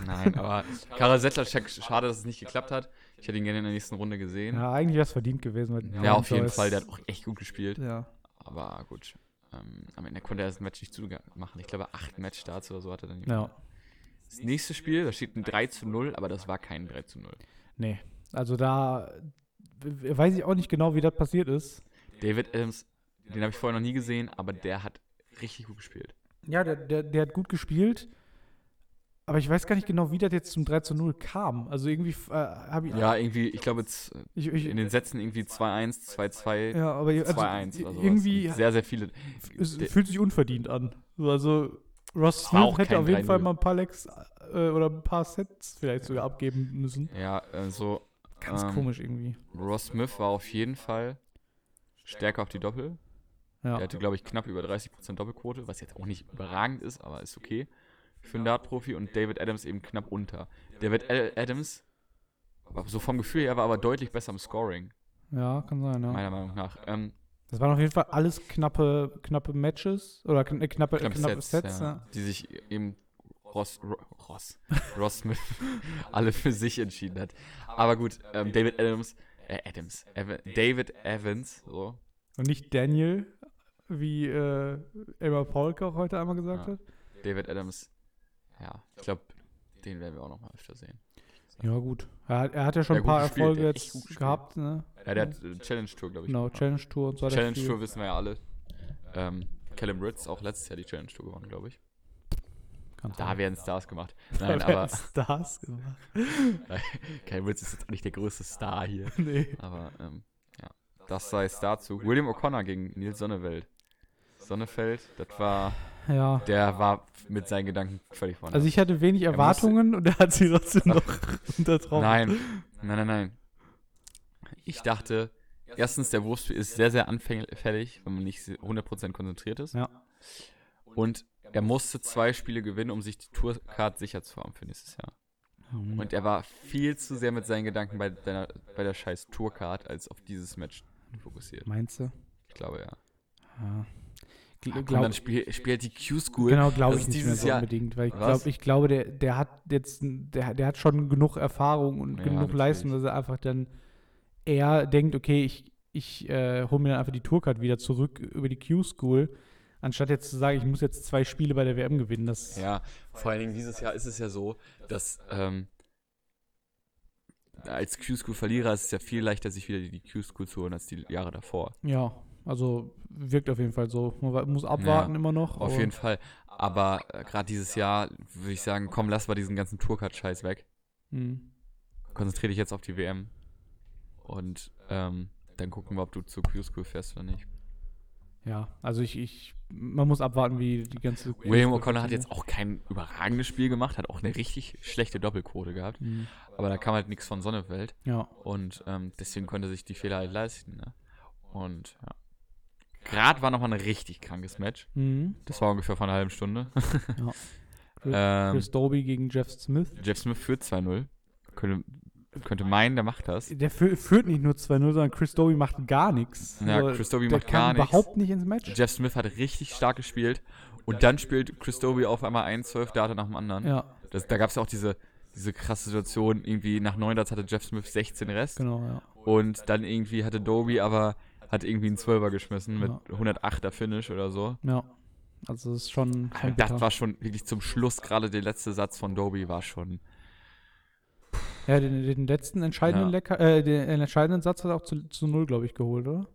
[SPEAKER 1] Nein, aber Karel Settler, schade, dass es nicht geklappt hat. Ich hätte ihn gerne in der nächsten Runde gesehen. Ja,
[SPEAKER 2] Ja, eigentlich wäre es verdient gewesen. weil
[SPEAKER 1] auf jeden
[SPEAKER 2] Joyce-
[SPEAKER 1] Fall, der hat auch echt gut gespielt.
[SPEAKER 2] Ja.
[SPEAKER 1] Aber gut. Ähm, am Ende konnte er das Match nicht zumachen. Ich glaube, acht Matchstarts oder so hatte er dann.
[SPEAKER 2] ja.
[SPEAKER 1] Das nächste Spiel, da steht ein 3 zu 0, aber das war kein 3 zu 0.
[SPEAKER 2] Nee, also da w- weiß ich auch nicht genau, wie das passiert ist.
[SPEAKER 1] David Adams, den habe ich vorher noch nie gesehen, aber der hat richtig gut gespielt.
[SPEAKER 2] Ja, der, der, der hat gut gespielt, aber ich weiß gar nicht genau, wie das jetzt zum 3 zu 0 kam. Also irgendwie äh, habe ich,
[SPEAKER 1] Ja, irgendwie, ich glaube, z-
[SPEAKER 2] ich, ich
[SPEAKER 1] in den Sätzen irgendwie 2-1, 2-2,
[SPEAKER 2] ja, aber also,
[SPEAKER 1] 2-1 oder sowas.
[SPEAKER 2] irgendwie
[SPEAKER 1] Und Sehr, sehr viele.
[SPEAKER 2] es
[SPEAKER 1] der-
[SPEAKER 2] fühlt sich unverdient an. So, Also Ross
[SPEAKER 1] War auch
[SPEAKER 2] Smith hätte
[SPEAKER 1] kein
[SPEAKER 2] auf jeden Fall
[SPEAKER 1] 3-0.
[SPEAKER 2] mal ein paar Lecks äh, oder ein paar Sets vielleicht sogar abgeben müssen.
[SPEAKER 1] Ja, äh, so.
[SPEAKER 2] Ganz
[SPEAKER 1] ähm,
[SPEAKER 2] komisch irgendwie.
[SPEAKER 1] Ross Smith war auf jeden Fall stärker auf die Doppel.
[SPEAKER 2] Ja.
[SPEAKER 1] Er hatte, glaube ich, knapp über 30% Doppelquote, was jetzt auch nicht überragend ist, aber ist okay für einen Dart-Profi. Und David Adams eben knapp unter. David Ad- Adams, war so vom Gefühl her, war aber deutlich besser im Scoring,
[SPEAKER 2] ja, kann sein, ja.
[SPEAKER 1] meiner Meinung nach. Ähm,
[SPEAKER 2] Das waren auf jeden Fall alles knappe, knappe Matches oder kn äh, knappe,
[SPEAKER 1] knapp
[SPEAKER 2] knappe, knappe Sets. ja.
[SPEAKER 1] Die sich eben Ross, Ro-
[SPEAKER 2] *laughs*
[SPEAKER 1] Ross, Ross Smith *laughs* alle für sich entschieden hat. Aber gut, ähm, David Adams, äh, Adams, Evan, David Evans, so,
[SPEAKER 2] Und nicht Daniel, wie äh, Elmar Polk auch heute einmal gesagt
[SPEAKER 1] Ja.
[SPEAKER 2] hat.
[SPEAKER 1] David Adams. Ja, ich glaube, den werden wir auch noch mal öfter sehen.
[SPEAKER 2] Ja, gut. Er hat, er hat ja schon
[SPEAKER 1] Ja,
[SPEAKER 2] ein paar
[SPEAKER 1] gut gespielt,
[SPEAKER 2] Erfolge
[SPEAKER 1] der hat echt gut
[SPEAKER 2] jetzt
[SPEAKER 1] gespielt.
[SPEAKER 2] gehabt, ne?
[SPEAKER 1] Ja, der hat äh, Challenge Tour, glaube ich.
[SPEAKER 2] Genau,
[SPEAKER 1] Challenge,
[SPEAKER 2] Challenge Tour und so. hat er
[SPEAKER 1] Challenge
[SPEAKER 2] viel-
[SPEAKER 1] Tour wissen wir ja alle. Ähm, Callum Ritz auch letztes Jahr die Challenge Tour gewonnen, glaube ich.
[SPEAKER 2] Kann
[SPEAKER 1] Da
[SPEAKER 2] sein.
[SPEAKER 1] werden Stars gemacht.
[SPEAKER 2] Da
[SPEAKER 1] Nein,
[SPEAKER 2] werden *laughs*
[SPEAKER 1] aber *laughs*
[SPEAKER 2] Stars gemacht.
[SPEAKER 1] Callum Ritz ist jetzt auch nicht der größte Star hier.
[SPEAKER 2] Nee.
[SPEAKER 1] Aber ähm, ja, das sei es dazu. William O'Connor gegen Nils Sonnefeld. Sonnefeld, das war,
[SPEAKER 2] Ja.
[SPEAKER 1] der war mit seinen Gedanken völlig vorne.
[SPEAKER 2] Also ich hatte wenig
[SPEAKER 1] musste-
[SPEAKER 2] Erwartungen und er hat sie
[SPEAKER 1] *laughs*
[SPEAKER 2] trotzdem noch untertroffen.
[SPEAKER 1] Nein, nein, nein, nein. Ich dachte, erstens, der Wurf ist sehr, sehr anfällig, wenn man nicht 100% konzentriert ist.
[SPEAKER 2] Ja.
[SPEAKER 1] Und er musste zwei Spiele gewinnen, um sich die Tourcard sicher zu haben für nächstes Jahr.
[SPEAKER 2] Mhm.
[SPEAKER 1] Und er war viel zu sehr mit seinen Gedanken bei, deiner, bei der scheiß Tourcard als auf dieses Match fokussiert.
[SPEAKER 2] Meinst du?
[SPEAKER 1] Ich glaube, ja.
[SPEAKER 2] Ja. Gl
[SPEAKER 1] Und
[SPEAKER 2] glaub-
[SPEAKER 1] dann spiel, spielt die Q-School.
[SPEAKER 2] Genau, glaube
[SPEAKER 1] Das
[SPEAKER 2] ich
[SPEAKER 1] ist
[SPEAKER 2] nicht
[SPEAKER 1] Also
[SPEAKER 2] mehr
[SPEAKER 1] dieses
[SPEAKER 2] so
[SPEAKER 1] Jahr-
[SPEAKER 2] unbedingt, weil ich,
[SPEAKER 1] Was?
[SPEAKER 2] glaub, ich glaube, der, der hat jetzt, der, der hat schon genug Erfahrung und
[SPEAKER 1] Ja,
[SPEAKER 2] genug Leistung, dass er einfach dann eher denkt, okay, ich, ich äh, hole mir dann einfach die Tourcard wieder zurück über die Q-School, anstatt jetzt zu sagen, ich muss jetzt zwei Spiele bei der WM gewinnen. Das,
[SPEAKER 1] Ja, vor allen Dingen dieses Jahr ist es ja so, dass ähm, als Q-School-Verlierer ist es ja viel leichter, sich wieder die Q-School zu holen als die Jahre davor.
[SPEAKER 2] ja, Also wirkt auf jeden Fall so. Man wa- muss abwarten immer noch.
[SPEAKER 1] Auf jeden Fall. Aber äh, gerade dieses Jahr würde ich sagen, komm, lass mal diesen ganzen Tourcard-Scheiß weg.
[SPEAKER 2] Fall.
[SPEAKER 1] Konzentriere dich jetzt auf die WM. Und ähm, dann gucken wir, ob du zu Q-School fährst oder nicht.
[SPEAKER 2] Ja, also ich, ich, man muss abwarten, wie die ganze.
[SPEAKER 1] William O'Connor hat jetzt auch kein überragendes Spiel gemacht, hat auch eine richtig schlechte Doppelquote gehabt.
[SPEAKER 2] Mhm.
[SPEAKER 1] Aber da kam halt nichts von Sonnefeld.
[SPEAKER 2] Ja,
[SPEAKER 1] Und ähm, deswegen konnte sich die Fehler halt leisten. Ne? Und ja. Gerade war nochmal ein richtig krankes Match.
[SPEAKER 2] mhm.
[SPEAKER 1] Das war ungefähr vor einer halben Stunde. *laughs* ähm,
[SPEAKER 2] Chris Doby gegen Jeff Smith.
[SPEAKER 1] Jeff Smith führt 2-0. Könnte, könnte meinen, der macht das.
[SPEAKER 2] Der fü führt nicht nur 2-0, sondern Chris Doby macht gar nichts. Also,
[SPEAKER 1] Ja, Chris Doby
[SPEAKER 2] der
[SPEAKER 1] macht gar
[SPEAKER 2] kam
[SPEAKER 1] nichts.
[SPEAKER 2] überhaupt nicht ins Match.
[SPEAKER 1] Jeff Smith hat richtig stark gespielt. Und dann spielt Chris Doby auf einmal 1-12 Data nach dem anderen.
[SPEAKER 2] Ja,
[SPEAKER 1] Das, da gab es ja auch diese, diese krasse Situation, irgendwie nach 9 Darts hatte Jeff Smith 16 Rest.
[SPEAKER 2] genau, ja.
[SPEAKER 1] Und dann irgendwie hatte Doby aber hat irgendwie einen 12er geschmissen mit
[SPEAKER 2] Ja.
[SPEAKER 1] 108er Finish oder so.
[SPEAKER 2] ja. Also es ist schon. schon
[SPEAKER 1] Und das
[SPEAKER 2] bitter.
[SPEAKER 1] war schon wirklich zum Schluss, gerade der letzte Satz von Doby war schon.
[SPEAKER 2] ja, den, den letzten entscheidenden
[SPEAKER 1] Ja.
[SPEAKER 2] Lecker, äh, den, den entscheidenden Satz hat er auch zu, zu null, glaube ich, geholt, oder?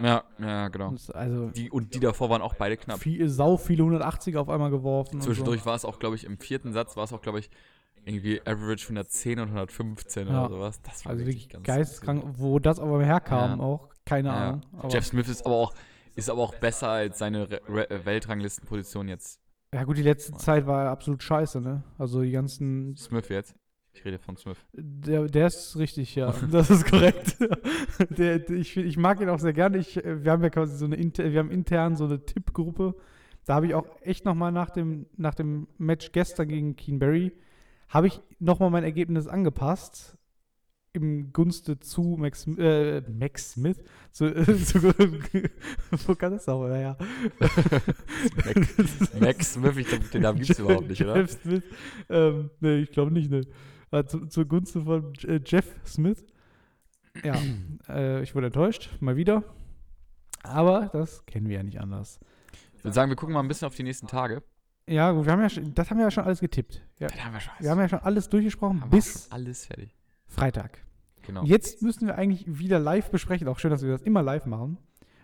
[SPEAKER 1] Ja, ja, genau.
[SPEAKER 2] Das- Also
[SPEAKER 1] Die, und die davor waren auch beide knapp.
[SPEAKER 2] viel, sau viele 180er auf einmal geworfen.
[SPEAKER 1] Zwischendurch war es auch, glaube ich, im vierten Satz war es auch, glaube ich, irgendwie Average 110 und 115
[SPEAKER 2] Ja.
[SPEAKER 1] oder sowas. Das
[SPEAKER 2] Und so.
[SPEAKER 1] war
[SPEAKER 2] Also
[SPEAKER 1] wirklich
[SPEAKER 2] wirklich
[SPEAKER 1] ganz
[SPEAKER 2] geisteskrank, wo das aber herkam,
[SPEAKER 1] Ja.
[SPEAKER 2] auch keine
[SPEAKER 1] Ja.
[SPEAKER 2] Ahnung. Aber,
[SPEAKER 1] Jeff Smith ist aber auch, ist aber auch besser als seine Re Re Weltranglistenposition jetzt.
[SPEAKER 2] ja gut, die letzte Zeit war absolut scheiße, ne? Also die ganzen
[SPEAKER 1] Smith jetzt. Ich rede von
[SPEAKER 2] *laughs*
[SPEAKER 1] Smith.
[SPEAKER 2] Der, der ist richtig, ja. Das ist
[SPEAKER 1] *laughs*
[SPEAKER 2] korrekt. der, der, ich, ich mag ihn auch sehr gerne. Ich, äh, wir haben ja quasi so eine inter, wir haben intern so eine Tippgruppe. Da habe ich auch echt nochmal nach dem, nach dem Match gestern gegen Keenberry, habe ich nochmal mein Ergebnis angepasst. Im Gunste zu Max, äh, Max Smith. Zu, *laughs* äh, zu, wo kann das auch? Ja, ja.
[SPEAKER 1] Max Smith, ich glaube, den Namen gibt es überhaupt nicht, oder?
[SPEAKER 2] *laughs* Jeff Smith. Ähm, nee, ich glaube nicht, ne. War zu, zugunsten von J- äh, Jeff Smith.
[SPEAKER 1] *clears throat*
[SPEAKER 2] Ja, äh, ich wurde enttäuscht, mal wieder. Aber das kennen wir ja nicht anders.
[SPEAKER 1] Ich würde sagen, wir gucken mal ein bisschen auf die nächsten Tage.
[SPEAKER 2] Ja, gut, wir haben ja, schon- das haben wir ja schon alles getippt. Ja,
[SPEAKER 1] Dann haben wir schon
[SPEAKER 2] wir haben ja schon alles durchgesprochen
[SPEAKER 1] haben wir
[SPEAKER 2] bis
[SPEAKER 1] schon alles fertig.
[SPEAKER 2] Freitag.
[SPEAKER 1] Genau.
[SPEAKER 2] Und Jetzt müssen wir eigentlich wieder live besprechen. Auch schön, dass wir das immer live machen.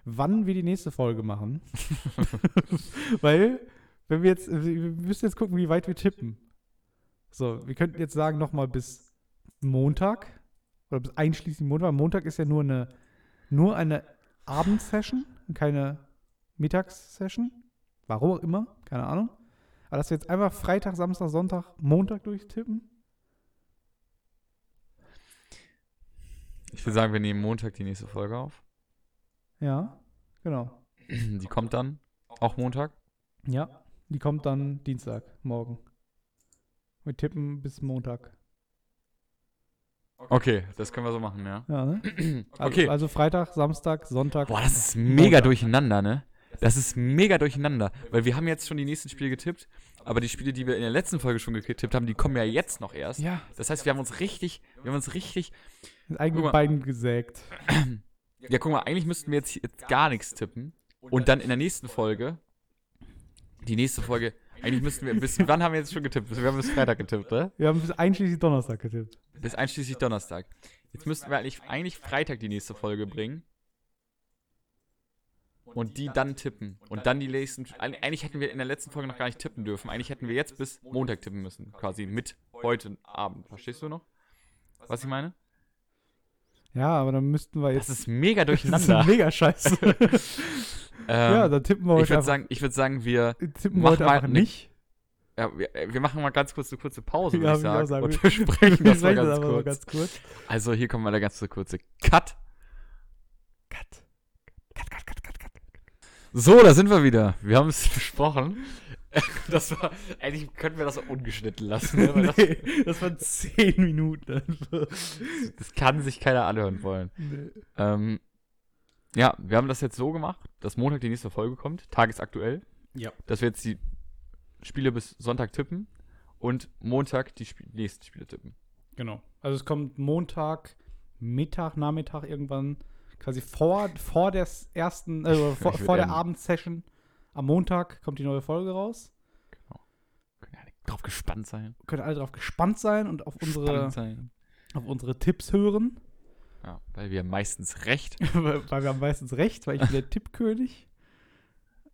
[SPEAKER 2] Wann wir die nächste Folge machen. *laughs* Weil, wenn wir jetzt, wir müssen jetzt gucken, wie weit wir tippen. So, wir könnten jetzt sagen, nochmal bis Montag oder bis einschließlich Montag. Weil Montag ist ja nur eine, nur eine Abendsession und keine Mittagssession. Warum auch immer, keine Ahnung. Aber dass wir jetzt einfach Freitag, Samstag, Sonntag, Montag durchtippen.
[SPEAKER 1] Ich würde sagen, wir nehmen Montag die nächste Folge auf.
[SPEAKER 2] Ja, genau.
[SPEAKER 1] Die kommt dann auch Montag.
[SPEAKER 2] Ja, die kommt dann Dienstag, morgen. Wir tippen bis Montag.
[SPEAKER 1] Okay, das können wir so machen, ja.
[SPEAKER 2] Ja, ne? Also,
[SPEAKER 1] Okay.
[SPEAKER 2] also Freitag, Samstag, Sonntag.
[SPEAKER 1] Boah, das ist mega durcheinander, ne? Das ist mega durcheinander, weil wir haben jetzt schon die nächsten Spiele getippt, aber die Spiele, die wir in der letzten Folge schon getippt haben, die kommen ja jetzt noch erst.
[SPEAKER 2] Ja,
[SPEAKER 1] Das heißt, wir haben uns richtig, wir haben uns richtig,
[SPEAKER 2] mit eigenen
[SPEAKER 1] Guck mal.
[SPEAKER 2] Beinen gesägt.
[SPEAKER 1] ja guck mal, eigentlich müssten wir jetzt, hier jetzt gar nichts tippen und dann in der nächsten Folge, die nächste Folge, eigentlich müssten wir, bis wann haben wir jetzt schon getippt? Wir haben bis Freitag getippt, ne?
[SPEAKER 2] Wir haben bis einschließlich Donnerstag getippt.
[SPEAKER 1] Bis einschließlich Donnerstag. Jetzt müssten wir eigentlich, eigentlich Freitag die nächste Folge bringen. Und die dann tippen. Und dann die nächsten. Eig- Eigentlich hätten wir in der letzten Folge noch gar nicht tippen dürfen. Eigentlich hätten wir jetzt bis Montag tippen müssen. Quasi mit heute Abend. Verstehst du noch? Was ich meine?
[SPEAKER 2] Ja, aber dann müssten wir
[SPEAKER 1] Das
[SPEAKER 2] jetzt.
[SPEAKER 1] ist mega
[SPEAKER 2] *laughs* das
[SPEAKER 1] durcheinander.
[SPEAKER 2] mega scheiße.
[SPEAKER 1] *laughs*
[SPEAKER 2] ja,
[SPEAKER 1] Ähm,
[SPEAKER 2] dann tippen wir
[SPEAKER 1] ich
[SPEAKER 2] heute,
[SPEAKER 1] würde
[SPEAKER 2] einfach,
[SPEAKER 1] sagen, ich würd sagen, wir,
[SPEAKER 2] tippen wir
[SPEAKER 1] mach
[SPEAKER 2] heute
[SPEAKER 1] mal
[SPEAKER 2] einfach
[SPEAKER 1] ne-
[SPEAKER 2] nicht.
[SPEAKER 1] ja, wir. äh, Wir machen mal ganz kurz eine kurze Pause,
[SPEAKER 2] Ja,
[SPEAKER 1] würde ich
[SPEAKER 2] würd ich auch
[SPEAKER 1] sagen.
[SPEAKER 2] sagen.
[SPEAKER 1] Und wir sprechen das mal
[SPEAKER 2] sprechen
[SPEAKER 1] ganz
[SPEAKER 2] aber mal
[SPEAKER 1] kurz.
[SPEAKER 2] ganz kurz.
[SPEAKER 1] Also hier kommt mal der ganz kurze Cut.
[SPEAKER 2] Cut. Cut, cut, cut, cut, cut.
[SPEAKER 1] So, da sind wir wieder. Wir haben es *laughs* besprochen. Das war, eigentlich könnten wir das auch ungeschnitten lassen. ne? Weil das,
[SPEAKER 2] nee, das waren 10 Minuten einfach.
[SPEAKER 1] das kann sich keiner anhören wollen.
[SPEAKER 2] Nee.
[SPEAKER 1] Ähm, ja, wir haben das jetzt so gemacht, dass Montag die nächste Folge kommt, tagesaktuell.
[SPEAKER 2] Ja.
[SPEAKER 1] Dass wir jetzt die Spiele bis Sonntag tippen und Montag die Sp nächsten Spiele tippen.
[SPEAKER 2] Genau. Also es kommt Montag, Mittag, Nachmittag irgendwann, quasi vor, vor der s- ersten, also vor,
[SPEAKER 1] Ich würd
[SPEAKER 2] vor der
[SPEAKER 1] enden.
[SPEAKER 2] Abendsession. Am Montag kommt die neue Folge raus.
[SPEAKER 1] Können ja nicht drauf gespannt sein.
[SPEAKER 2] Könnt ihr alle drauf gespannt sein und auf unsere,
[SPEAKER 1] Spannend sein. *laughs*
[SPEAKER 2] auf unsere Tipps hören.
[SPEAKER 1] Ja, weil wir meistens recht.
[SPEAKER 2] weil weil wir haben meistens recht, weil ich bin der Tippkönig.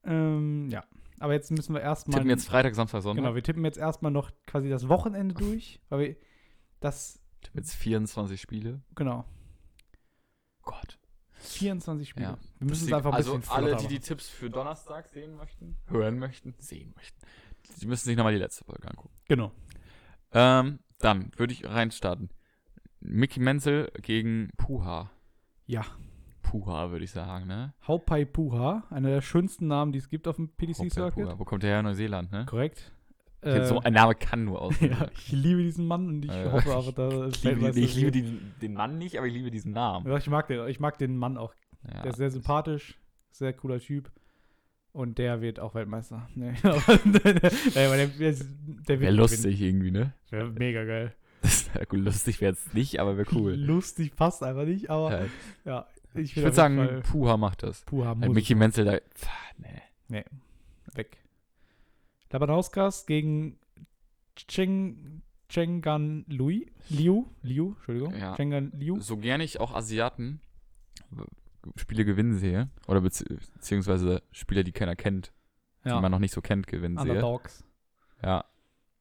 [SPEAKER 2] Ähm, ja. Aber jetzt müssen wir erstmal.
[SPEAKER 1] Tippen jetzt ne? Freitag, Samstag, Sonntag.
[SPEAKER 2] Genau, wir tippen jetzt erstmal noch quasi das Wochenende durch, weil wir das,
[SPEAKER 1] Tippen jetzt 24 Spiele.
[SPEAKER 2] genau,
[SPEAKER 1] Gott.
[SPEAKER 2] 24 Spiele.
[SPEAKER 1] Ja.
[SPEAKER 2] Wir müssen es einfach ein
[SPEAKER 1] also
[SPEAKER 2] bisschen
[SPEAKER 1] alle,
[SPEAKER 2] flotter
[SPEAKER 1] die die Tipps für Donnerstag sehen möchten, hören möchten, sehen möchten, die müssen sich nochmal die letzte Folge angucken.
[SPEAKER 2] machen. Genau.
[SPEAKER 1] Ähm, dann würde ich reinstarten. Mickey Menzel gegen Puha.
[SPEAKER 2] Ja.
[SPEAKER 1] Puha, würde ich sagen, ne?
[SPEAKER 2] Haupai Puha, einer der schönsten Namen, die es gibt auf dem
[SPEAKER 1] Hoppe,
[SPEAKER 2] PDC-Circuit.
[SPEAKER 1] Puha. Wo kommt der her? Neuseeland, ne?
[SPEAKER 2] Korrekt.
[SPEAKER 1] Äh, so ein Name kann nur aus.
[SPEAKER 2] *laughs* ja, ich liebe diesen Mann und ich
[SPEAKER 1] Ja, ja. *laughs*
[SPEAKER 2] hoffe aber, da
[SPEAKER 1] Ich liebe, ich liebe den, den Mann nicht, aber ich liebe diesen Namen.
[SPEAKER 2] Ja, ich mag den, ich mag den Mann auch.
[SPEAKER 1] Ja.
[SPEAKER 2] Der ist sehr sympathisch, sehr cooler Typ. Und der wird auch Weltmeister. *laughs*
[SPEAKER 1] *laughs*
[SPEAKER 2] Nee, aber der, der, der, der wird
[SPEAKER 1] Wär
[SPEAKER 2] gewinnen.
[SPEAKER 1] lustig irgendwie, ne? *laughs*
[SPEAKER 2] Wär mega geil.
[SPEAKER 1] Das wär cool. Lustig wäre es nicht, aber wäre cool.
[SPEAKER 2] Lustig passt einfach nicht, aber
[SPEAKER 1] Ja.
[SPEAKER 2] ja. Ich,
[SPEAKER 1] Ich würde sagen, Puha macht das.
[SPEAKER 2] Puha
[SPEAKER 1] Halt
[SPEAKER 2] muss
[SPEAKER 1] Mickey Menzel da. Pff, nee.
[SPEAKER 2] weg. Labanauskas gegen Cheng, Chengan Lui, Liu, Liu, Entschuldigung,
[SPEAKER 1] Ja.
[SPEAKER 2] Chengan Liu.
[SPEAKER 1] So gerne ich auch Asiaten Spiele gewinnen sehe, oder bezieh- beziehungsweise Spieler, die keiner kennt, die
[SPEAKER 2] Ja,
[SPEAKER 1] man noch nicht so kennt, gewinnen sehe.
[SPEAKER 2] Underdogs.
[SPEAKER 1] Ja.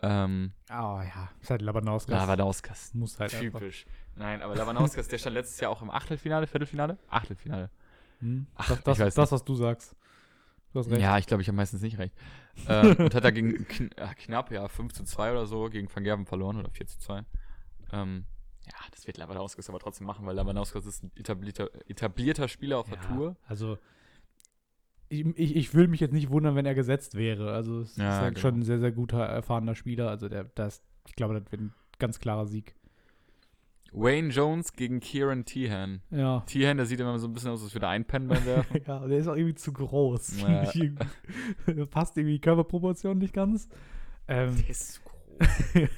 [SPEAKER 1] Ähm,
[SPEAKER 2] Ah ja, ist halt Labanauskas.
[SPEAKER 1] Lavadauskas.
[SPEAKER 2] Muss halt einfach.
[SPEAKER 1] Typisch. Nein, aber Lavanauskas, der stand letztes Jahr auch im Achtelfinale, Viertelfinale? Achtelfinale.
[SPEAKER 2] Hm.
[SPEAKER 1] Ach,
[SPEAKER 2] Das,
[SPEAKER 1] ich
[SPEAKER 2] das,
[SPEAKER 1] weiß
[SPEAKER 2] das, was du sagst. Du hast recht.
[SPEAKER 1] Ja, ich glaube, ich habe meistens nicht recht. ähm, und hat da gegen *laughs* kn ah, knapp, ja, 5 zu 2 oder so gegen Van Gerven verloren oder 4 zu 2. Ähm, ja, das wird Lavanauskas aber trotzdem machen, weil Lavanauskas ist ein etablierter, etablierter Spieler auf der
[SPEAKER 2] Ja,
[SPEAKER 1] Tour.
[SPEAKER 2] Also, ich, ich, ich würde mich jetzt nicht wundern, wenn er gesetzt wäre. Also, es
[SPEAKER 1] Ja,
[SPEAKER 2] ist halt
[SPEAKER 1] genau.
[SPEAKER 2] schon ein sehr, sehr guter, erfahrener Spieler. Also, der, das, ich glaube, das wird ein ganz klarer Sieg.
[SPEAKER 1] Wayne Jones gegen Kieran Tehan.
[SPEAKER 2] Ja.
[SPEAKER 1] Tehan, der sieht immer so ein bisschen aus, als würde er einpennen beim
[SPEAKER 2] *laughs*
[SPEAKER 1] Werfen.
[SPEAKER 2] Ja, und der ist auch irgendwie zu groß.
[SPEAKER 1] Ja.
[SPEAKER 2] Find ich *laughs* irgendwie- *laughs* Passt irgendwie die Körperproportion nicht ganz. *laughs* Ähm,
[SPEAKER 1] der ist so groß.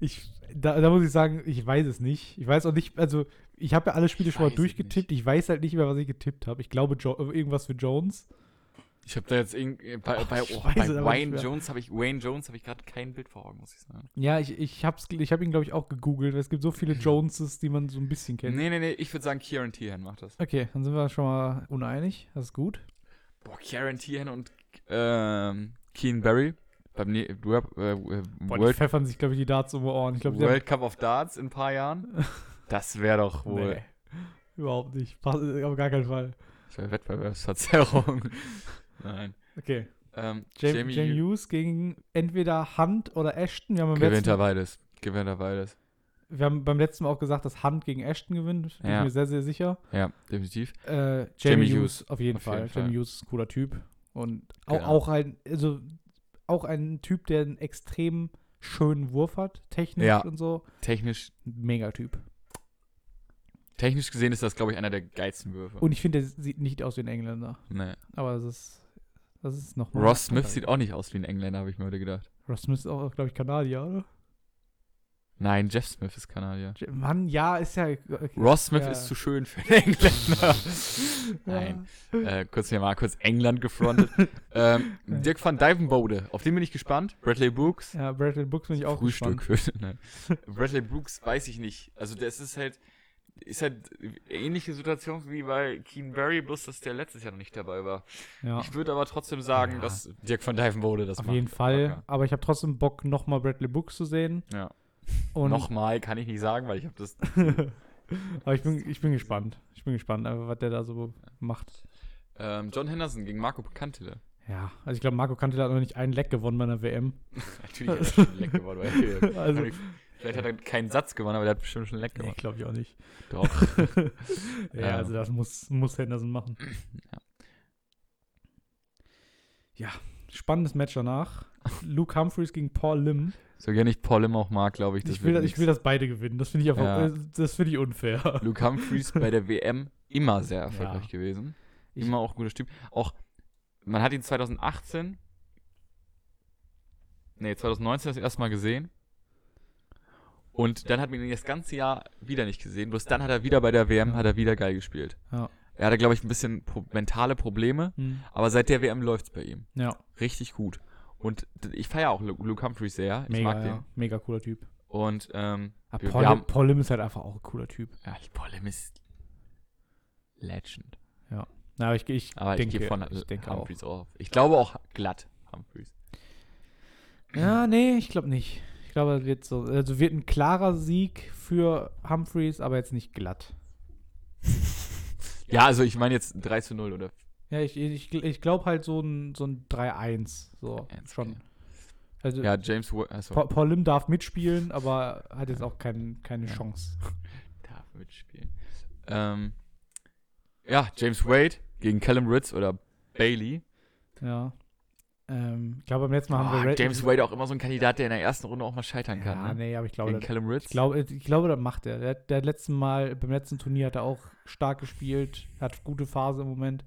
[SPEAKER 2] ich, da, da muss ich sagen, ich weiß es nicht. Ich weiß auch nicht, also ich habe ja alle Spiele
[SPEAKER 1] Ich
[SPEAKER 2] schon mal
[SPEAKER 1] weiß es
[SPEAKER 2] durchgetippt. Ich weiß halt nicht mehr, was ich getippt habe. Ich glaube jo äh, irgendwas für Jones.
[SPEAKER 1] Ich habe da jetzt irgendwie bei,
[SPEAKER 2] Oh,
[SPEAKER 1] bei,
[SPEAKER 2] ich
[SPEAKER 1] oh,
[SPEAKER 2] weiß es
[SPEAKER 1] bei
[SPEAKER 2] aber nicht
[SPEAKER 1] Wayne
[SPEAKER 2] mehr.
[SPEAKER 1] Jones habe ich Wayne Jones habe ich gerade kein Bild vor Augen, muss ich sagen.
[SPEAKER 2] Ja, ich, ich habe ich hab ihn, glaube ich, auch gegoogelt, weil es gibt so viele Joneses, die man so ein bisschen kennt.
[SPEAKER 1] Nee, nee, nee, ich würde sagen Kieran Tehan macht das.
[SPEAKER 2] Okay, dann sind wir schon mal uneinig. Das ist gut.
[SPEAKER 1] Boah, Kieran Tehan und ähm, Keen Barry beim ne äh,
[SPEAKER 2] Boah,
[SPEAKER 1] World,
[SPEAKER 2] die pfeffern sich, glaube ich, die Darts um die Ohren. Ich glaube, die haben-
[SPEAKER 1] World Cup of Darts in ein paar
[SPEAKER 2] *laughs*
[SPEAKER 1] Jahren. Das wäre doch wohl
[SPEAKER 2] Nee, überhaupt nicht. Passt- Auf gar keinen Fall.
[SPEAKER 1] das wär Wettbewerbsverzerrung. *laughs* Nein.
[SPEAKER 2] Okay.
[SPEAKER 1] Ähm,
[SPEAKER 2] Jamie,
[SPEAKER 1] Jamie,
[SPEAKER 2] Jamie Hughes gegen entweder Hunt oder Ashton. Wir haben, beim
[SPEAKER 1] gewinnt er
[SPEAKER 2] letzten,
[SPEAKER 1] beides. Gewinnt er beides.
[SPEAKER 2] wir haben beim letzten Mal auch gesagt, dass Hunt gegen Ashton gewinnt. Bin
[SPEAKER 1] Ja.
[SPEAKER 2] ich mir sehr, sehr sicher.
[SPEAKER 1] Ja, definitiv.
[SPEAKER 2] Äh, Jamie,
[SPEAKER 1] Jamie
[SPEAKER 2] Hughes, auf jeden
[SPEAKER 1] auf
[SPEAKER 2] Fall.
[SPEAKER 1] jeden Fall.
[SPEAKER 2] Jamie Hughes ist ein cooler Typ. Und auch,
[SPEAKER 1] Genau.
[SPEAKER 2] auch ein, also auch ein Typ, der einen extrem schönen Wurf hat, technisch
[SPEAKER 1] Ja.
[SPEAKER 2] und so.
[SPEAKER 1] Technisch,
[SPEAKER 2] Mega Typ.
[SPEAKER 1] technisch gesehen ist das, glaube ich, einer der geilsten Würfe.
[SPEAKER 2] Und ich finde, der sieht nicht aus wie ein Engländer.
[SPEAKER 1] nee.
[SPEAKER 2] Aber das ist, das ist nochmal.
[SPEAKER 1] Ross Smith sieht auch nicht aus wie ein Engländer, habe ich mir heute gedacht.
[SPEAKER 2] Ross Smith ist auch, glaube ich, Kanadier, oder?
[SPEAKER 1] Nein, Jeff Smith ist Kanadier.
[SPEAKER 2] Ja- Mann, ja, ist ja. Okay. *laughs*
[SPEAKER 1] Ross Smith
[SPEAKER 2] Ja.
[SPEAKER 1] ist zu schön für einen
[SPEAKER 2] *laughs*
[SPEAKER 1] *laughs* Engländer. Nein. äh, kurz hier mal kurz England
[SPEAKER 2] *laughs*
[SPEAKER 1] gefrontet. ähm, Dirk van Dijvenbode, auf den bin ich gespannt. Bradley Brooks,
[SPEAKER 2] Ja, Bradley Brooks bin ich auch
[SPEAKER 1] Frühstück.
[SPEAKER 2] gespannt.
[SPEAKER 1] Für, *laughs* nein. Bradley Brooks weiß ich nicht. Also das ist halt, ist halt ähnliche Situation wie bei Keen Barry, bloß dass der letztes Jahr noch nicht dabei war.
[SPEAKER 2] Ja,
[SPEAKER 1] Ich würde aber trotzdem sagen,
[SPEAKER 2] Ja.
[SPEAKER 1] dass Dirk van Dijvenbode das
[SPEAKER 2] auf
[SPEAKER 1] macht.
[SPEAKER 2] jeden Fall.
[SPEAKER 1] Locker.
[SPEAKER 2] Aber ich habe trotzdem Bock, nochmal Bradley Brooks zu sehen.
[SPEAKER 1] Ja.
[SPEAKER 2] Und
[SPEAKER 1] Nochmal kann ich nicht sagen, weil ich habe das.
[SPEAKER 2] *laughs* aber ich bin, ich bin gespannt. Ich bin gespannt, einfach, was der da so macht.
[SPEAKER 1] Ähm, John Henderson gegen Marco Bekantele.
[SPEAKER 2] Ja, also ich glaube, Marco Kantele hat noch nicht einen Leck gewonnen bei einer WM.
[SPEAKER 1] Natürlich hat er
[SPEAKER 2] *laughs*
[SPEAKER 1] schon ein Leck gewonnen. Weil,
[SPEAKER 2] Also-
[SPEAKER 1] vielleicht hat er keinen Satz gewonnen, aber der hat bestimmt schon ein Leck
[SPEAKER 2] Nee,
[SPEAKER 1] gewonnen.
[SPEAKER 2] glaube ich auch nicht.
[SPEAKER 1] Doch.
[SPEAKER 2] ja,
[SPEAKER 1] Ja.
[SPEAKER 2] also das muss, muss Henderson machen. Ja. spannendes Match danach. Luke Humphreys gegen Paul Lim.
[SPEAKER 1] So gerne ich Paul immer auch mag, glaube ich.
[SPEAKER 2] Ich will,
[SPEAKER 1] wird
[SPEAKER 2] ich will
[SPEAKER 1] nix.
[SPEAKER 2] das beide gewinnen. Das finde ich einfach,
[SPEAKER 1] Ja.
[SPEAKER 2] äh, das finde ich unfair.
[SPEAKER 1] Luke Humphreys bei der WM immer sehr erfolgreich
[SPEAKER 2] *laughs* Ja.
[SPEAKER 1] gewesen.
[SPEAKER 2] Ich-
[SPEAKER 1] Immer auch ein guter Typ. Auch, man hat ihn 2018, nee, 2019 das erste Mal gesehen. Und dann hat man ihn das ganze Jahr wieder nicht gesehen. Bloß dann hat er wieder bei der WM, hat er wieder geil gespielt.
[SPEAKER 2] Ja.
[SPEAKER 1] Er hatte, glaube ich, ein bisschen pro mentale Probleme.
[SPEAKER 2] Hm.
[SPEAKER 1] Aber seit der WM läuft's bei ihm.
[SPEAKER 2] Ja,
[SPEAKER 1] Richtig gut. Und d- ich feiere auch Lu- Luke Humphreys sehr. Ich
[SPEAKER 2] mega,
[SPEAKER 1] mag den.
[SPEAKER 2] ja. mega cooler Typ.
[SPEAKER 1] Und ähm,
[SPEAKER 2] Ah,
[SPEAKER 1] Wir- wir
[SPEAKER 2] Paul,
[SPEAKER 1] haben-
[SPEAKER 2] Paul Lim ist halt einfach auch ein cooler Typ.
[SPEAKER 1] ja, Paul Lim ist Legend.
[SPEAKER 2] Na, aber ich, ich
[SPEAKER 1] Aber
[SPEAKER 2] denke,
[SPEAKER 1] ich gehe von
[SPEAKER 2] ich denke auch.
[SPEAKER 1] Humphreys auch. auf. Ich glaube auch glatt Humphreys.
[SPEAKER 2] Ja, nee, ich glaube nicht. Ich glaube, es wird so, also wird ein klarer Sieg für Humphreys, aber jetzt nicht glatt.
[SPEAKER 1] Ja, also ich meine jetzt 3 zu 0 oder
[SPEAKER 2] Ja, ich, ich, ich glaube halt so ein, so ein 3-1. So,
[SPEAKER 1] 1,
[SPEAKER 2] schon.
[SPEAKER 1] okay.
[SPEAKER 2] Also,
[SPEAKER 1] Ja, James ah, Wor- achso,
[SPEAKER 2] Pa- Paul Lim darf mitspielen, aber hat jetzt auch kein, keine
[SPEAKER 1] Ja.
[SPEAKER 2] Chance.
[SPEAKER 1] darf mitspielen. Ähm, ja, James Wade gegen Callum Ritz oder Bailey.
[SPEAKER 2] Ja. Ähm, ich glaube, beim letzten Mal haben
[SPEAKER 1] Ah,
[SPEAKER 2] wir Red-
[SPEAKER 1] James Wade auch immer so ein Kandidat, der in der ersten Runde auch mal scheitern kann.
[SPEAKER 2] Ja,
[SPEAKER 1] ne?
[SPEAKER 2] nee, aber ich glaube,
[SPEAKER 1] gegen
[SPEAKER 2] das,
[SPEAKER 1] Callum Ritz.
[SPEAKER 2] ich, glaube, ich glaube, das macht er. Der, hat- der hat letzten Mal, beim letzten Turnier hat er auch stark gespielt, hat gute Phase im Moment.